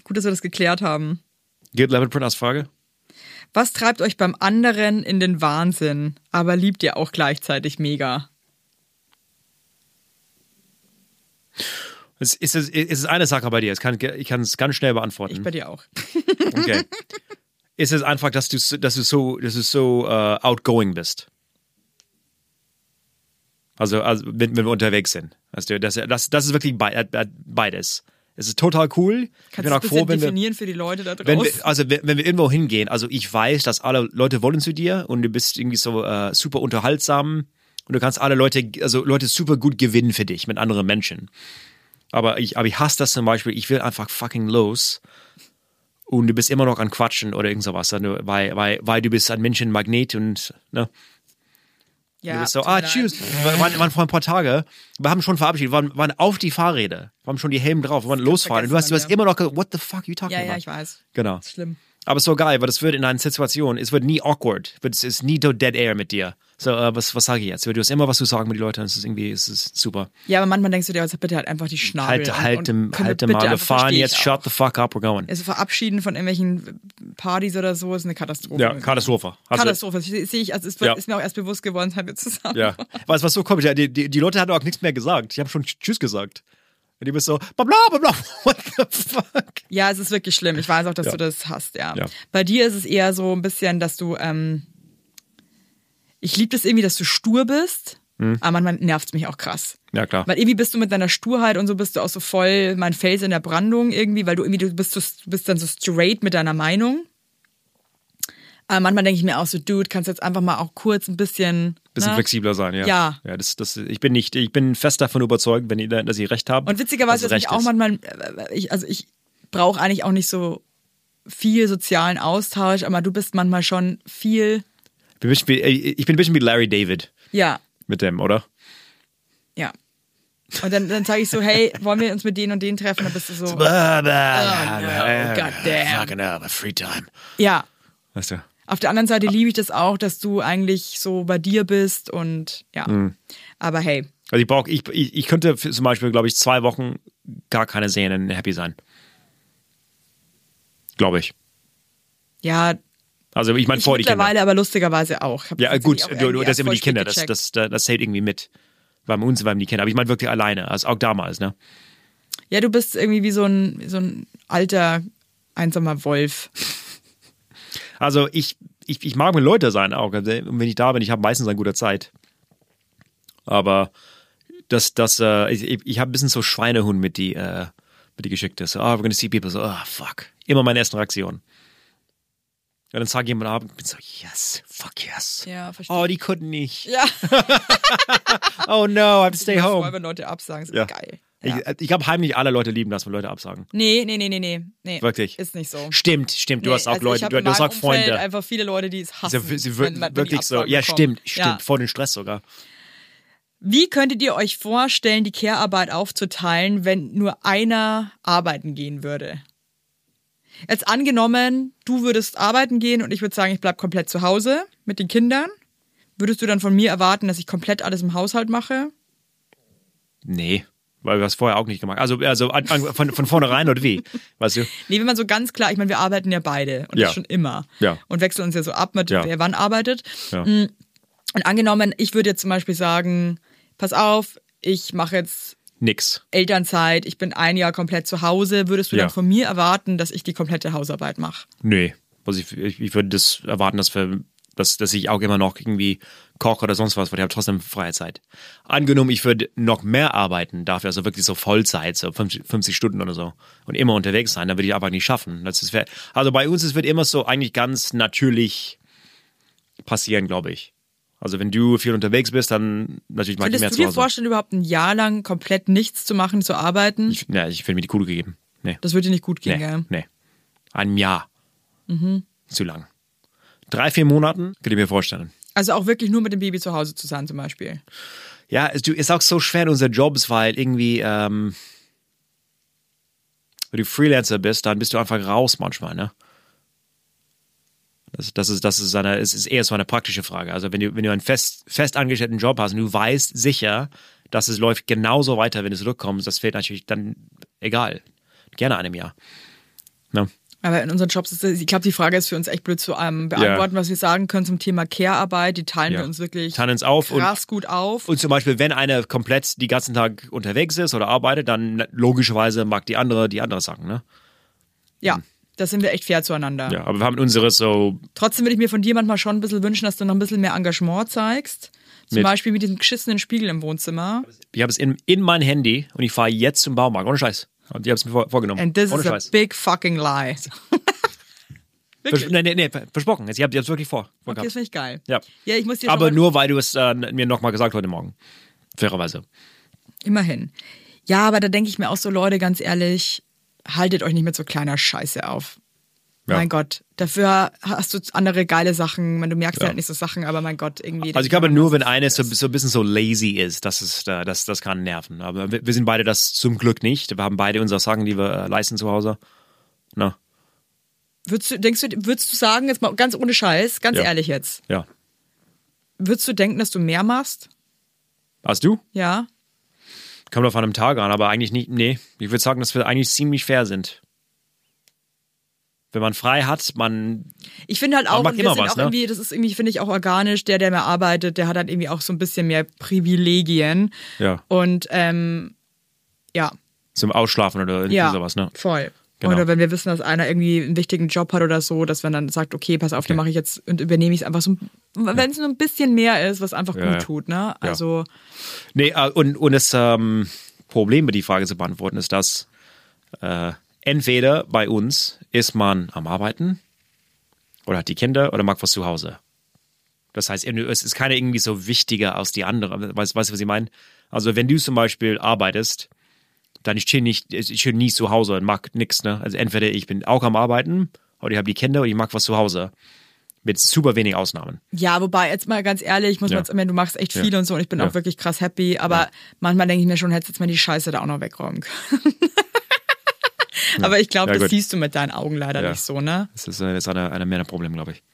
[SPEAKER 2] Gut, dass wir das geklärt haben.
[SPEAKER 1] Geht Leopard Print als Frage?
[SPEAKER 2] Was treibt euch beim anderen in den Wahnsinn, aber liebt ihr auch gleichzeitig mega?
[SPEAKER 1] Es ist, es ist es eine Sache bei dir. Es kann, ich kann es ganz schnell beantworten.
[SPEAKER 2] Ich bei dir auch.
[SPEAKER 1] okay. Ist es einfach, dass du, so- dass du so, dass du so äh, outgoing bist? Also, also wenn, wenn wir unterwegs sind. Also, das, das, das ist wirklich bei, äh, beides. Es ist total cool.
[SPEAKER 2] Kannst du
[SPEAKER 1] ich
[SPEAKER 2] das
[SPEAKER 1] bin auch
[SPEAKER 2] bisschen
[SPEAKER 1] froh, wenn wir,
[SPEAKER 2] definieren für die Leute da
[SPEAKER 1] wenn
[SPEAKER 2] draußen?
[SPEAKER 1] wir, also wenn wenn wir irgendwo hingehen, also ich weiß, dass alle Leute wollen zu dir und du bist irgendwie so äh, super unterhaltsam und du kannst alle Leute, also Leute super gut gewinnen für dich mit anderen Menschen. Aber ich, aber ich hasse das zum Beispiel, ich will einfach fucking los und du bist immer noch an Quatschen oder irgend sowas, ne, weil, weil, weil du bist ein Menschenmagnet und ne,
[SPEAKER 2] ja,
[SPEAKER 1] du bist so,
[SPEAKER 2] tut mir
[SPEAKER 1] ah,
[SPEAKER 2] leid.
[SPEAKER 1] tschüss. Wir waren, waren vor ein paar Tagen, wir haben schon verabschiedet, waren, waren auf die Fahrräder, wir haben schon die Helme drauf, wir waren losfahren und du hast, du
[SPEAKER 2] vergessen
[SPEAKER 1] hast immer noch, ge- what the fuck are you talking
[SPEAKER 2] Ja,
[SPEAKER 1] about?
[SPEAKER 2] ja, ich weiß.
[SPEAKER 1] Genau.
[SPEAKER 2] Ist schlimm.
[SPEAKER 1] Aber es ist so geil, weil das wird in einer Situation, es wird nie awkward, wird, es ist nie so dead air mit dir. So, äh, was, was sage ich jetzt? Du hast immer was zu sagen mit den Leuten, es ist irgendwie, es ist super.
[SPEAKER 2] Ja, aber manchmal denkst du dir, jetzt bitte halt einfach die Schnabel.
[SPEAKER 1] Halt,
[SPEAKER 2] an
[SPEAKER 1] halt,
[SPEAKER 2] und
[SPEAKER 1] im,
[SPEAKER 2] können wir
[SPEAKER 1] halt im
[SPEAKER 2] bitte
[SPEAKER 1] Maul, wir
[SPEAKER 2] einfach-
[SPEAKER 1] fahren
[SPEAKER 2] verstehe
[SPEAKER 1] jetzt,
[SPEAKER 2] ich auch.
[SPEAKER 1] shut the fuck up, we're going.
[SPEAKER 2] Also verabschieden von irgendwelchen Partys oder so, ist eine Katastrophe.
[SPEAKER 1] Ja, Katastrophe. Also-
[SPEAKER 2] Katastrophe, das sehe ich, also es wird,
[SPEAKER 1] Ja.
[SPEAKER 2] ist mir auch erst bewusst geworden, seit wir zusammen
[SPEAKER 1] Ja.
[SPEAKER 2] waren.
[SPEAKER 1] Was, was so komisch, ja, die, die, die Leute hatten auch nichts mehr gesagt. Ich habe schon Tschüss gesagt. Und die bist so, bla bla bla, bla. what the fuck?
[SPEAKER 2] Ja, es ist wirklich schlimm. Ich weiß auch, dass
[SPEAKER 1] Ja.
[SPEAKER 2] du das hast, ja.
[SPEAKER 1] Ja.
[SPEAKER 2] Bei dir ist es eher so ein bisschen, dass du, ähm, ich liebe das irgendwie, dass du stur bist,
[SPEAKER 1] Hm.
[SPEAKER 2] aber manchmal nervt es mich auch krass.
[SPEAKER 1] Ja, klar.
[SPEAKER 2] Weil irgendwie bist du mit deiner Sturheit und so bist du auch so voll mein Fels in der Brandung irgendwie, weil du irgendwie, du bist, so, du bist dann so straight mit deiner Meinung. Aber manchmal denke ich mir auch so, Dude, kannst jetzt einfach mal auch kurz ein bisschen.
[SPEAKER 1] Bisschen
[SPEAKER 2] ne?
[SPEAKER 1] flexibler sein, ja.
[SPEAKER 2] Ja.
[SPEAKER 1] ja das, das, ich bin nicht, ich bin fest davon überzeugt, wenn ihr, dass ihr Also recht habt.
[SPEAKER 2] Und witzigerweise,
[SPEAKER 1] dass
[SPEAKER 2] was
[SPEAKER 1] es
[SPEAKER 2] mich auch
[SPEAKER 1] ist.
[SPEAKER 2] manchmal, äh, ich, also ich brauche eigentlich auch nicht so viel sozialen Austausch, aber du bist manchmal schon viel,
[SPEAKER 1] Ich bin ein bisschen wie- ey, äh, ich bin ein bisschen wie Larry David
[SPEAKER 2] ja,
[SPEAKER 1] mit dem, oder?
[SPEAKER 2] ja. Und dann, dann sage ich so, hey, wollen wir uns mit denen und denen treffen? Dann bist du so,
[SPEAKER 1] Blah, blah,
[SPEAKER 2] Oh, no,
[SPEAKER 1] blah,
[SPEAKER 2] goddamn.
[SPEAKER 1] Fucking hell, my free time.
[SPEAKER 2] ja.
[SPEAKER 1] Weißt du?
[SPEAKER 2] Auf der anderen
[SPEAKER 1] Ah.
[SPEAKER 2] Seite liebe ich das auch, dass du eigentlich so bei dir bist und ja.
[SPEAKER 1] Mhm.
[SPEAKER 2] Aber hey,
[SPEAKER 1] Also ich brauche, ich, ich, ich könnte für- zum Beispiel, glaube ich, zwei Wochen gar keine sehen und happy sein. Glaube ich.
[SPEAKER 2] ja,
[SPEAKER 1] Also ich meine
[SPEAKER 2] ich
[SPEAKER 1] vor die Kinder.
[SPEAKER 2] mittlerweile, aber lustigerweise auch. Hab
[SPEAKER 1] Ja,
[SPEAKER 2] das
[SPEAKER 1] gut,
[SPEAKER 2] natürlich auch
[SPEAKER 1] du, du,
[SPEAKER 2] irgendwie
[SPEAKER 1] das sind immer die
[SPEAKER 2] erst voll
[SPEAKER 1] Kinder, das,
[SPEAKER 2] spät gecheckt.
[SPEAKER 1] das, das, das hält irgendwie mit. Bei uns waren die Kinder, aber ich meine wirklich alleine, also auch damals, ne?
[SPEAKER 2] Ja, du bist irgendwie wie so ein, wie so ein alter, einsamer Wolf.
[SPEAKER 1] Also ich, ich, ich mag mit Leuten sein auch. also, Und wenn ich da bin, ich habe meistens eine gute Zeit. Aber das, das, äh, ich, ich- ich habe ein bisschen so Schweinehund mit die, äh, mit die geschickt ist. So, oh, we're gonna see people. So, oh, fuck. Immer meine ersten Reaktionen. Und dann sage ich jemand ab, bin so, yes, fuck yes.
[SPEAKER 2] Ja, verstehe.
[SPEAKER 1] Oh, die konnten nicht.
[SPEAKER 2] Ja.
[SPEAKER 1] oh no, I have to stay
[SPEAKER 2] Voll,
[SPEAKER 1] home.
[SPEAKER 2] wenn Leute absagen, ist
[SPEAKER 1] Ja.
[SPEAKER 2] geil.
[SPEAKER 1] Ich,
[SPEAKER 2] Ja.
[SPEAKER 1] ich glaube, heimlich alle Leute lieben das, wenn Leute absagen.
[SPEAKER 2] Nee, nee, nee, nee, nee, nee.
[SPEAKER 1] Wirklich.
[SPEAKER 2] Ist nicht so.
[SPEAKER 1] Stimmt, stimmt. Du
[SPEAKER 2] Nee,
[SPEAKER 1] hast auch
[SPEAKER 2] also ich
[SPEAKER 1] Leute,
[SPEAKER 2] hab
[SPEAKER 1] du,
[SPEAKER 2] in
[SPEAKER 1] du hast
[SPEAKER 2] meinem
[SPEAKER 1] auch
[SPEAKER 2] Umfeld
[SPEAKER 1] Freunde.
[SPEAKER 2] einfach viele Leute, die es hassen.
[SPEAKER 1] Sie, sie
[SPEAKER 2] wenn-
[SPEAKER 1] wirken
[SPEAKER 2] wenn die
[SPEAKER 1] wirklich so.
[SPEAKER 2] Absagen
[SPEAKER 1] Ja,
[SPEAKER 2] bekommen.
[SPEAKER 1] stimmt, stimmt.
[SPEAKER 2] Ja.
[SPEAKER 1] Vor den Stress sogar.
[SPEAKER 2] Wie könntet ihr euch vorstellen, die Care-Arbeit aufzuteilen, wenn nur einer arbeiten gehen würde? Jetzt angenommen, du würdest arbeiten gehen und ich würde sagen, ich bleib komplett zu Hause mit den Kindern. Würdest du dann von mir erwarten, dass ich komplett alles im Haushalt mache?
[SPEAKER 1] Nee, weil wir das vorher auch nicht gemacht Also, also an, an, von, von vornherein oder wie? Weißt du?
[SPEAKER 2] Nee, wenn man so ganz klar, ich meine, wir arbeiten ja beide und
[SPEAKER 1] Ja.
[SPEAKER 2] das schon immer.
[SPEAKER 1] Ja.
[SPEAKER 2] Und wechseln uns ja so ab mit,
[SPEAKER 1] Ja.
[SPEAKER 2] wer wann arbeitet.
[SPEAKER 1] Ja.
[SPEAKER 2] Mm, Und angenommen, ich würde jetzt zum Beispiel sagen, pass auf, ich mache jetzt
[SPEAKER 1] Nix.
[SPEAKER 2] Elternzeit, ich bin ein Jahr komplett zu Hause, würdest du
[SPEAKER 1] Ja.
[SPEAKER 2] dann von mir erwarten, dass ich die komplette Hausarbeit mache?
[SPEAKER 1] Nee. Also ich, ich, ich würde das erwarten, dass, wir, dass, dass ich auch immer noch irgendwie koche oder sonst was, weil ich habe trotzdem freie Zeit. Angenommen, ich würde noch mehr arbeiten dafür, also wirklich so Vollzeit, so 50, 50 Stunden oder so und immer unterwegs sein, dann würde ich einfach nicht schaffen. Das ist, wär- also bei uns, es wird immer so eigentlich ganz natürlich passieren, glaube ich. Also wenn du viel unterwegs bist, dann natürlich mal ich mehr
[SPEAKER 2] Könntest du
[SPEAKER 1] zu
[SPEAKER 2] dir
[SPEAKER 1] Hause.
[SPEAKER 2] vorstellen, überhaupt ein Jahr lang komplett nichts zu machen, zu arbeiten?
[SPEAKER 1] Ich, na, ich finde mir die Kugel gegeben. Nee.
[SPEAKER 2] das würde dir nicht gut gehen,
[SPEAKER 1] Nee,
[SPEAKER 2] gell?
[SPEAKER 1] nee. Ein Jahr. Zu lang. Drei, vier Monaten, könnt ihr mir vorstellen.
[SPEAKER 2] Also auch wirklich nur mit dem Baby zu Hause zu sein zum Beispiel.
[SPEAKER 1] Ja, es du- ist auch so schwer in unseren Jobs, weil irgendwie, ähm, wenn du Freelancer bist, dann bist du einfach raus manchmal, ne? Das, das, ist, das ist, eine, es ist eher so eine praktische Frage. Also, wenn du, wenn du einen fest, fest angestellten Job hast und du weißt sicher, dass es läuft genauso weiter, wenn du zurückkommst, das fehlt natürlich dann egal. Gerne einem Jahr. Ne?
[SPEAKER 2] Aber in unseren Jobs ist das, ich glaube, die Frage ist für uns echt blöd zu ähm, beantworten, was wir sagen können zum Thema Care-Arbeit. Die teilen
[SPEAKER 1] Ja.
[SPEAKER 2] wir uns wirklich
[SPEAKER 1] Teilen uns auf und-
[SPEAKER 2] krass gut auf.
[SPEAKER 1] Und zum Beispiel, wenn einer komplett die ganzen Tag unterwegs ist oder arbeitet, dann logischerweise mag die andere die andere Sachen, ne?
[SPEAKER 2] ja, da sind wir echt fair zueinander.
[SPEAKER 1] Ja, aber wir haben unsere so,
[SPEAKER 2] Trotzdem würde ich mir von dir manchmal schon ein bisschen wünschen, dass du noch ein bisschen mehr Engagement zeigst. Zum
[SPEAKER 1] Mit-
[SPEAKER 2] Beispiel mit diesem geschissenen Spiegel im Wohnzimmer.
[SPEAKER 1] ich habe es in, in mein Handy und ich fahre jetzt zum Baumarkt, ohne Scheiß. Und ich habe es mir vor, vorgenommen.
[SPEAKER 2] And this
[SPEAKER 1] ohne
[SPEAKER 2] is a
[SPEAKER 1] Scheiß.
[SPEAKER 2] big fucking lie.
[SPEAKER 1] Vers nee, nee, nee, versprochen. Jetzt- Ich habe es wirklich vor.
[SPEAKER 2] Okay, das
[SPEAKER 1] vorgehabt.
[SPEAKER 2] finde ich geil.
[SPEAKER 1] Ja.
[SPEAKER 2] ja ich muss dir
[SPEAKER 1] aber
[SPEAKER 2] schon mal-
[SPEAKER 1] nur, weil du es äh, mir nochmal gesagt heute Morgen. Fairerweise.
[SPEAKER 2] Immerhin. Ja, aber da denke ich mir auch so, Leute, ganz ehrlich, haltet euch nicht mit so kleiner Scheiße auf.
[SPEAKER 1] Ja.
[SPEAKER 2] Mein Gott, dafür hast du andere geile Sachen. Wenn du merkst ja.
[SPEAKER 1] Ja.
[SPEAKER 2] halt nicht so Sachen, aber mein Gott, irgendwie.
[SPEAKER 1] Also ich glaube nur, wenn einer so, so ein bisschen so lazy ist, das ist, äh, das, das kann nerven. Aber wir, wir sind beide das zum Glück nicht. Wir haben beide unsere Sachen, die wir äh, leisten zu Hause. Na,
[SPEAKER 2] Würdest du, denkst du, würdest du sagen, jetzt mal ganz ohne Scheiß, ganz
[SPEAKER 1] Ja.
[SPEAKER 2] ehrlich jetzt,
[SPEAKER 1] ja.
[SPEAKER 2] würdest du denken, dass du mehr machst?
[SPEAKER 1] Hast du?
[SPEAKER 2] Ja.
[SPEAKER 1] Kommt auf einem Tag an, aber eigentlich nicht. Nee, ich würde sagen, dass wir eigentlich ziemlich fair sind. wenn man frei hat, man
[SPEAKER 2] Ich finde halt auch,
[SPEAKER 1] macht
[SPEAKER 2] und wir
[SPEAKER 1] immer
[SPEAKER 2] sind
[SPEAKER 1] was,
[SPEAKER 2] auch
[SPEAKER 1] ne?
[SPEAKER 2] irgendwie, das ist irgendwie, finde ich, auch organisch, der, der mehr arbeitet, der hat halt irgendwie auch so ein bisschen mehr Privilegien.
[SPEAKER 1] Ja.
[SPEAKER 2] Und ähm, ja,
[SPEAKER 1] zum Ausschlafen oder irgendwie
[SPEAKER 2] ja,
[SPEAKER 1] sowas, ne?
[SPEAKER 2] voll.
[SPEAKER 1] Genau.
[SPEAKER 2] Oder wenn wir wissen, dass einer irgendwie einen wichtigen Job hat oder so, dass man dann sagt, okay, pass auf, den mache ich jetzt und übernehme ich es einfach so, ein- wenn es nur ein bisschen mehr ist, was einfach
[SPEAKER 1] Ja,
[SPEAKER 2] gut
[SPEAKER 1] ja.
[SPEAKER 2] tut, ne? Also,
[SPEAKER 1] Nee, äh, und, und das ähm, Problem, die Frage zu beantworten, ist, dass äh, entweder bei uns ist man am Arbeiten oder hat die Kinder oder mag was zu Hause. Das heißt, es ist keine irgendwie so wichtiger als die andere. Weißt weißt du, was ich meine? Also, wenn du zum Beispiel arbeitest, dann ich chill nicht, ich chill nie zu Hause und mag nichts. Ne? Also, entweder ich bin auch am Arbeiten oder ich habe die Kinder oder ich mag was zu Hause. Mit super wenig Ausnahmen.
[SPEAKER 2] ja, wobei, jetzt mal ganz ehrlich, ich muss
[SPEAKER 1] Ja.
[SPEAKER 2] man jetzt immer, du machst echt viel und so und ich bin
[SPEAKER 1] Ja.
[SPEAKER 2] auch wirklich krass happy, aber manchmal denke ich mir schon, hättest jetzt mal die Scheiße da auch noch wegräumen können. aber ich glaube,
[SPEAKER 1] Ja,
[SPEAKER 2] das
[SPEAKER 1] gut.
[SPEAKER 2] siehst du mit deinen Augen leider
[SPEAKER 1] Ja.
[SPEAKER 2] nicht so, ne?
[SPEAKER 1] Das ist, äh, das ist einer, einer mehr ein Problem, glaube ich.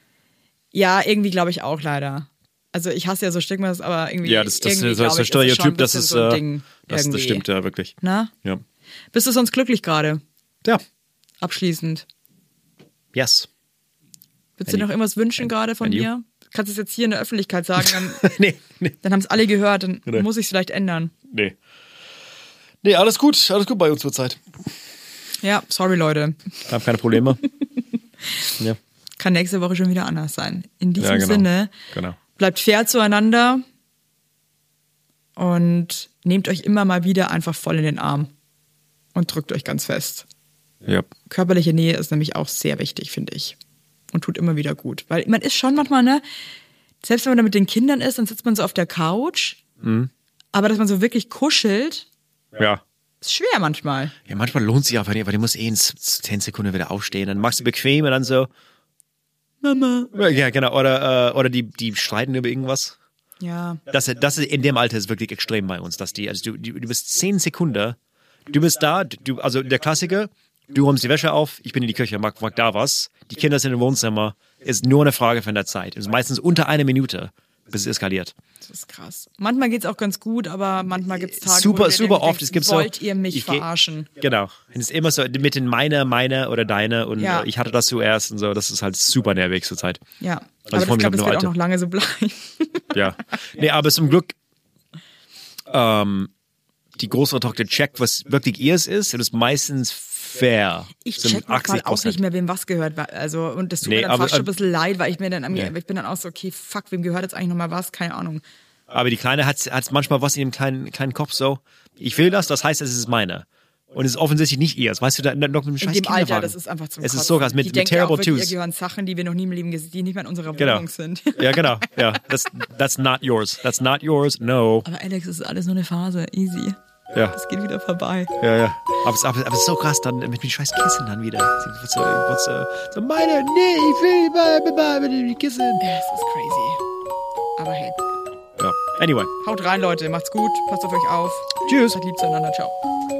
[SPEAKER 2] Ja, irgendwie glaube ich auch leider. Also ich hasse ja so Stigmas, aber irgendwie.
[SPEAKER 1] Ja, das, das,
[SPEAKER 2] irgendwie,
[SPEAKER 1] das,
[SPEAKER 2] glaub
[SPEAKER 1] das
[SPEAKER 2] ich,
[SPEAKER 1] der
[SPEAKER 2] ist es schon ein
[SPEAKER 1] Stereotyp, das
[SPEAKER 2] bisschen
[SPEAKER 1] ist,
[SPEAKER 2] so ein
[SPEAKER 1] äh,
[SPEAKER 2] Ding
[SPEAKER 1] das, das
[SPEAKER 2] irgendwie.
[SPEAKER 1] stimmt ja wirklich.
[SPEAKER 2] Na?
[SPEAKER 1] Ja.
[SPEAKER 2] Bist du sonst glücklich gerade?
[SPEAKER 1] Ja.
[SPEAKER 2] Abschließend.
[SPEAKER 1] Yes.
[SPEAKER 2] Willst du dir noch irgendwas wünschen gerade von
[SPEAKER 1] and you?
[SPEAKER 2] mir? Kannst du es jetzt hier in der Öffentlichkeit sagen, dann,
[SPEAKER 1] nee, nee,
[SPEAKER 2] dann haben es alle gehört, dann
[SPEAKER 1] Genau.
[SPEAKER 2] muss ich es vielleicht ändern.
[SPEAKER 1] nee. Nee, alles gut, alles gut bei uns zurzeit.
[SPEAKER 2] Ja, sorry Leute.
[SPEAKER 1] Wir haben keine Probleme. ja.
[SPEAKER 2] Kann nächste Woche schon wieder anders sein. In diesem
[SPEAKER 1] Ja, genau.
[SPEAKER 2] Sinne,
[SPEAKER 1] Genau.
[SPEAKER 2] bleibt fair zueinander und nehmt euch immer mal wieder einfach voll in den Arm und drückt euch ganz fest.
[SPEAKER 1] Ja.
[SPEAKER 2] körperliche Nähe ist nämlich auch sehr wichtig, finde ich. Und tut immer wieder gut. Weil man ist schon manchmal, ne, selbst wenn man da mit den Kindern ist, dann sitzt man so auf der Couch.
[SPEAKER 1] Mhm.
[SPEAKER 2] Aber dass man so wirklich kuschelt,
[SPEAKER 1] Ja.
[SPEAKER 2] ist schwer manchmal.
[SPEAKER 1] Ja, manchmal lohnt sich einfach nicht, weil du musst eh in z- z- 10 Sekunden wieder aufstehen. Dann machst du bequem und dann so, Mama. Ja, genau. Oder, äh, oder die, die streiten über irgendwas.
[SPEAKER 2] Ja.
[SPEAKER 1] Das, das ist in dem Alter ist wirklich extrem bei uns, dass die, also du, du, du bist zehn Sekunden, du bist da, du, also der Klassiker, du räumst die Wäsche auf, ich bin in die Küche, mag, mag da was, die Kinder sind im Wohnzimmer, ist nur eine Frage von der Zeit. Ist meistens unter einer Minute, bis es eskaliert.
[SPEAKER 2] Das ist krass. Manchmal geht's auch ganz gut, aber manchmal gibt's Tage, wo
[SPEAKER 1] super,
[SPEAKER 2] du dir
[SPEAKER 1] super
[SPEAKER 2] denkst,
[SPEAKER 1] oft. Es gibt so,
[SPEAKER 2] wollt ihr mich
[SPEAKER 1] ich geh-
[SPEAKER 2] verarschen?
[SPEAKER 1] Genau. Es ist immer so mit den meiner, meiner oder deine und
[SPEAKER 2] Ja.
[SPEAKER 1] äh, ich hatte das zuerst und so, das ist halt super nervig zur Zeit.
[SPEAKER 2] Ja.
[SPEAKER 1] Also
[SPEAKER 2] aber
[SPEAKER 1] ich freu
[SPEAKER 2] ich
[SPEAKER 1] mich
[SPEAKER 2] glaube,
[SPEAKER 1] auf
[SPEAKER 2] das
[SPEAKER 1] eine
[SPEAKER 2] wird auch
[SPEAKER 1] alte.
[SPEAKER 2] noch lange so bleiben.
[SPEAKER 1] Ja. Nee, aber zum Glück, ähm, die größere Tochter checkt, was wirklich ihrs ist, und ist meistens fair.
[SPEAKER 2] Ich
[SPEAKER 1] Zum
[SPEAKER 2] check manchmal auch
[SPEAKER 1] 80%.
[SPEAKER 2] nicht mehr, wem was gehört. weil- Also, und das tut mir
[SPEAKER 1] Nee,
[SPEAKER 2] dann
[SPEAKER 1] aber- äh,
[SPEAKER 2] fast schon ein bisschen leid, weil ich mir dann, am-
[SPEAKER 1] Ja.
[SPEAKER 2] ich bin dann auch so, okay, fuck, wem gehört jetzt eigentlich nochmal was? Keine Ahnung.
[SPEAKER 1] Aber die Kleine hat, hat manchmal was in ihrem kleinen, kleinen Kopf so, ich will das, das heißt, es ist meine. Und es ist offensichtlich nicht ihrs. Weißt du, da noch mit dem scheiß
[SPEAKER 2] in dem Alter,
[SPEAKER 1] Kinderwagen.
[SPEAKER 2] das ist einfach zum
[SPEAKER 1] Es ist
[SPEAKER 2] Kotzen.
[SPEAKER 1] sogar mit,
[SPEAKER 2] die
[SPEAKER 1] mit
[SPEAKER 2] denkt ja auch
[SPEAKER 1] Terrible
[SPEAKER 2] wirklich, Ihr
[SPEAKER 1] Twos.
[SPEAKER 2] gehören Sachen, die wir noch nie im Leben gesehen, die nicht mal in unserer
[SPEAKER 1] Genau.
[SPEAKER 2] Wohnung sind.
[SPEAKER 1] Ja, genau. Ja, that's, that's not yours. That's not yours. No.
[SPEAKER 2] Aber Alex, es ist alles nur eine Phase. Easy.
[SPEAKER 1] Ja.
[SPEAKER 2] Es geht wieder vorbei.
[SPEAKER 1] Ja, ja. Aber es, aber, aber es ist so krass, dann mit den scheiß Kissen dann wieder. Sie wird so, wird so, so meine, nee, ich will meine, meine, meine Kissen.
[SPEAKER 2] Ja, es ist crazy. Aber hey,
[SPEAKER 1] Ja. Anyway,
[SPEAKER 2] haut rein, Leute. Macht's gut. Passt auf euch auf.
[SPEAKER 1] tschüss.
[SPEAKER 2] Seid lieb zueinander. Ciao.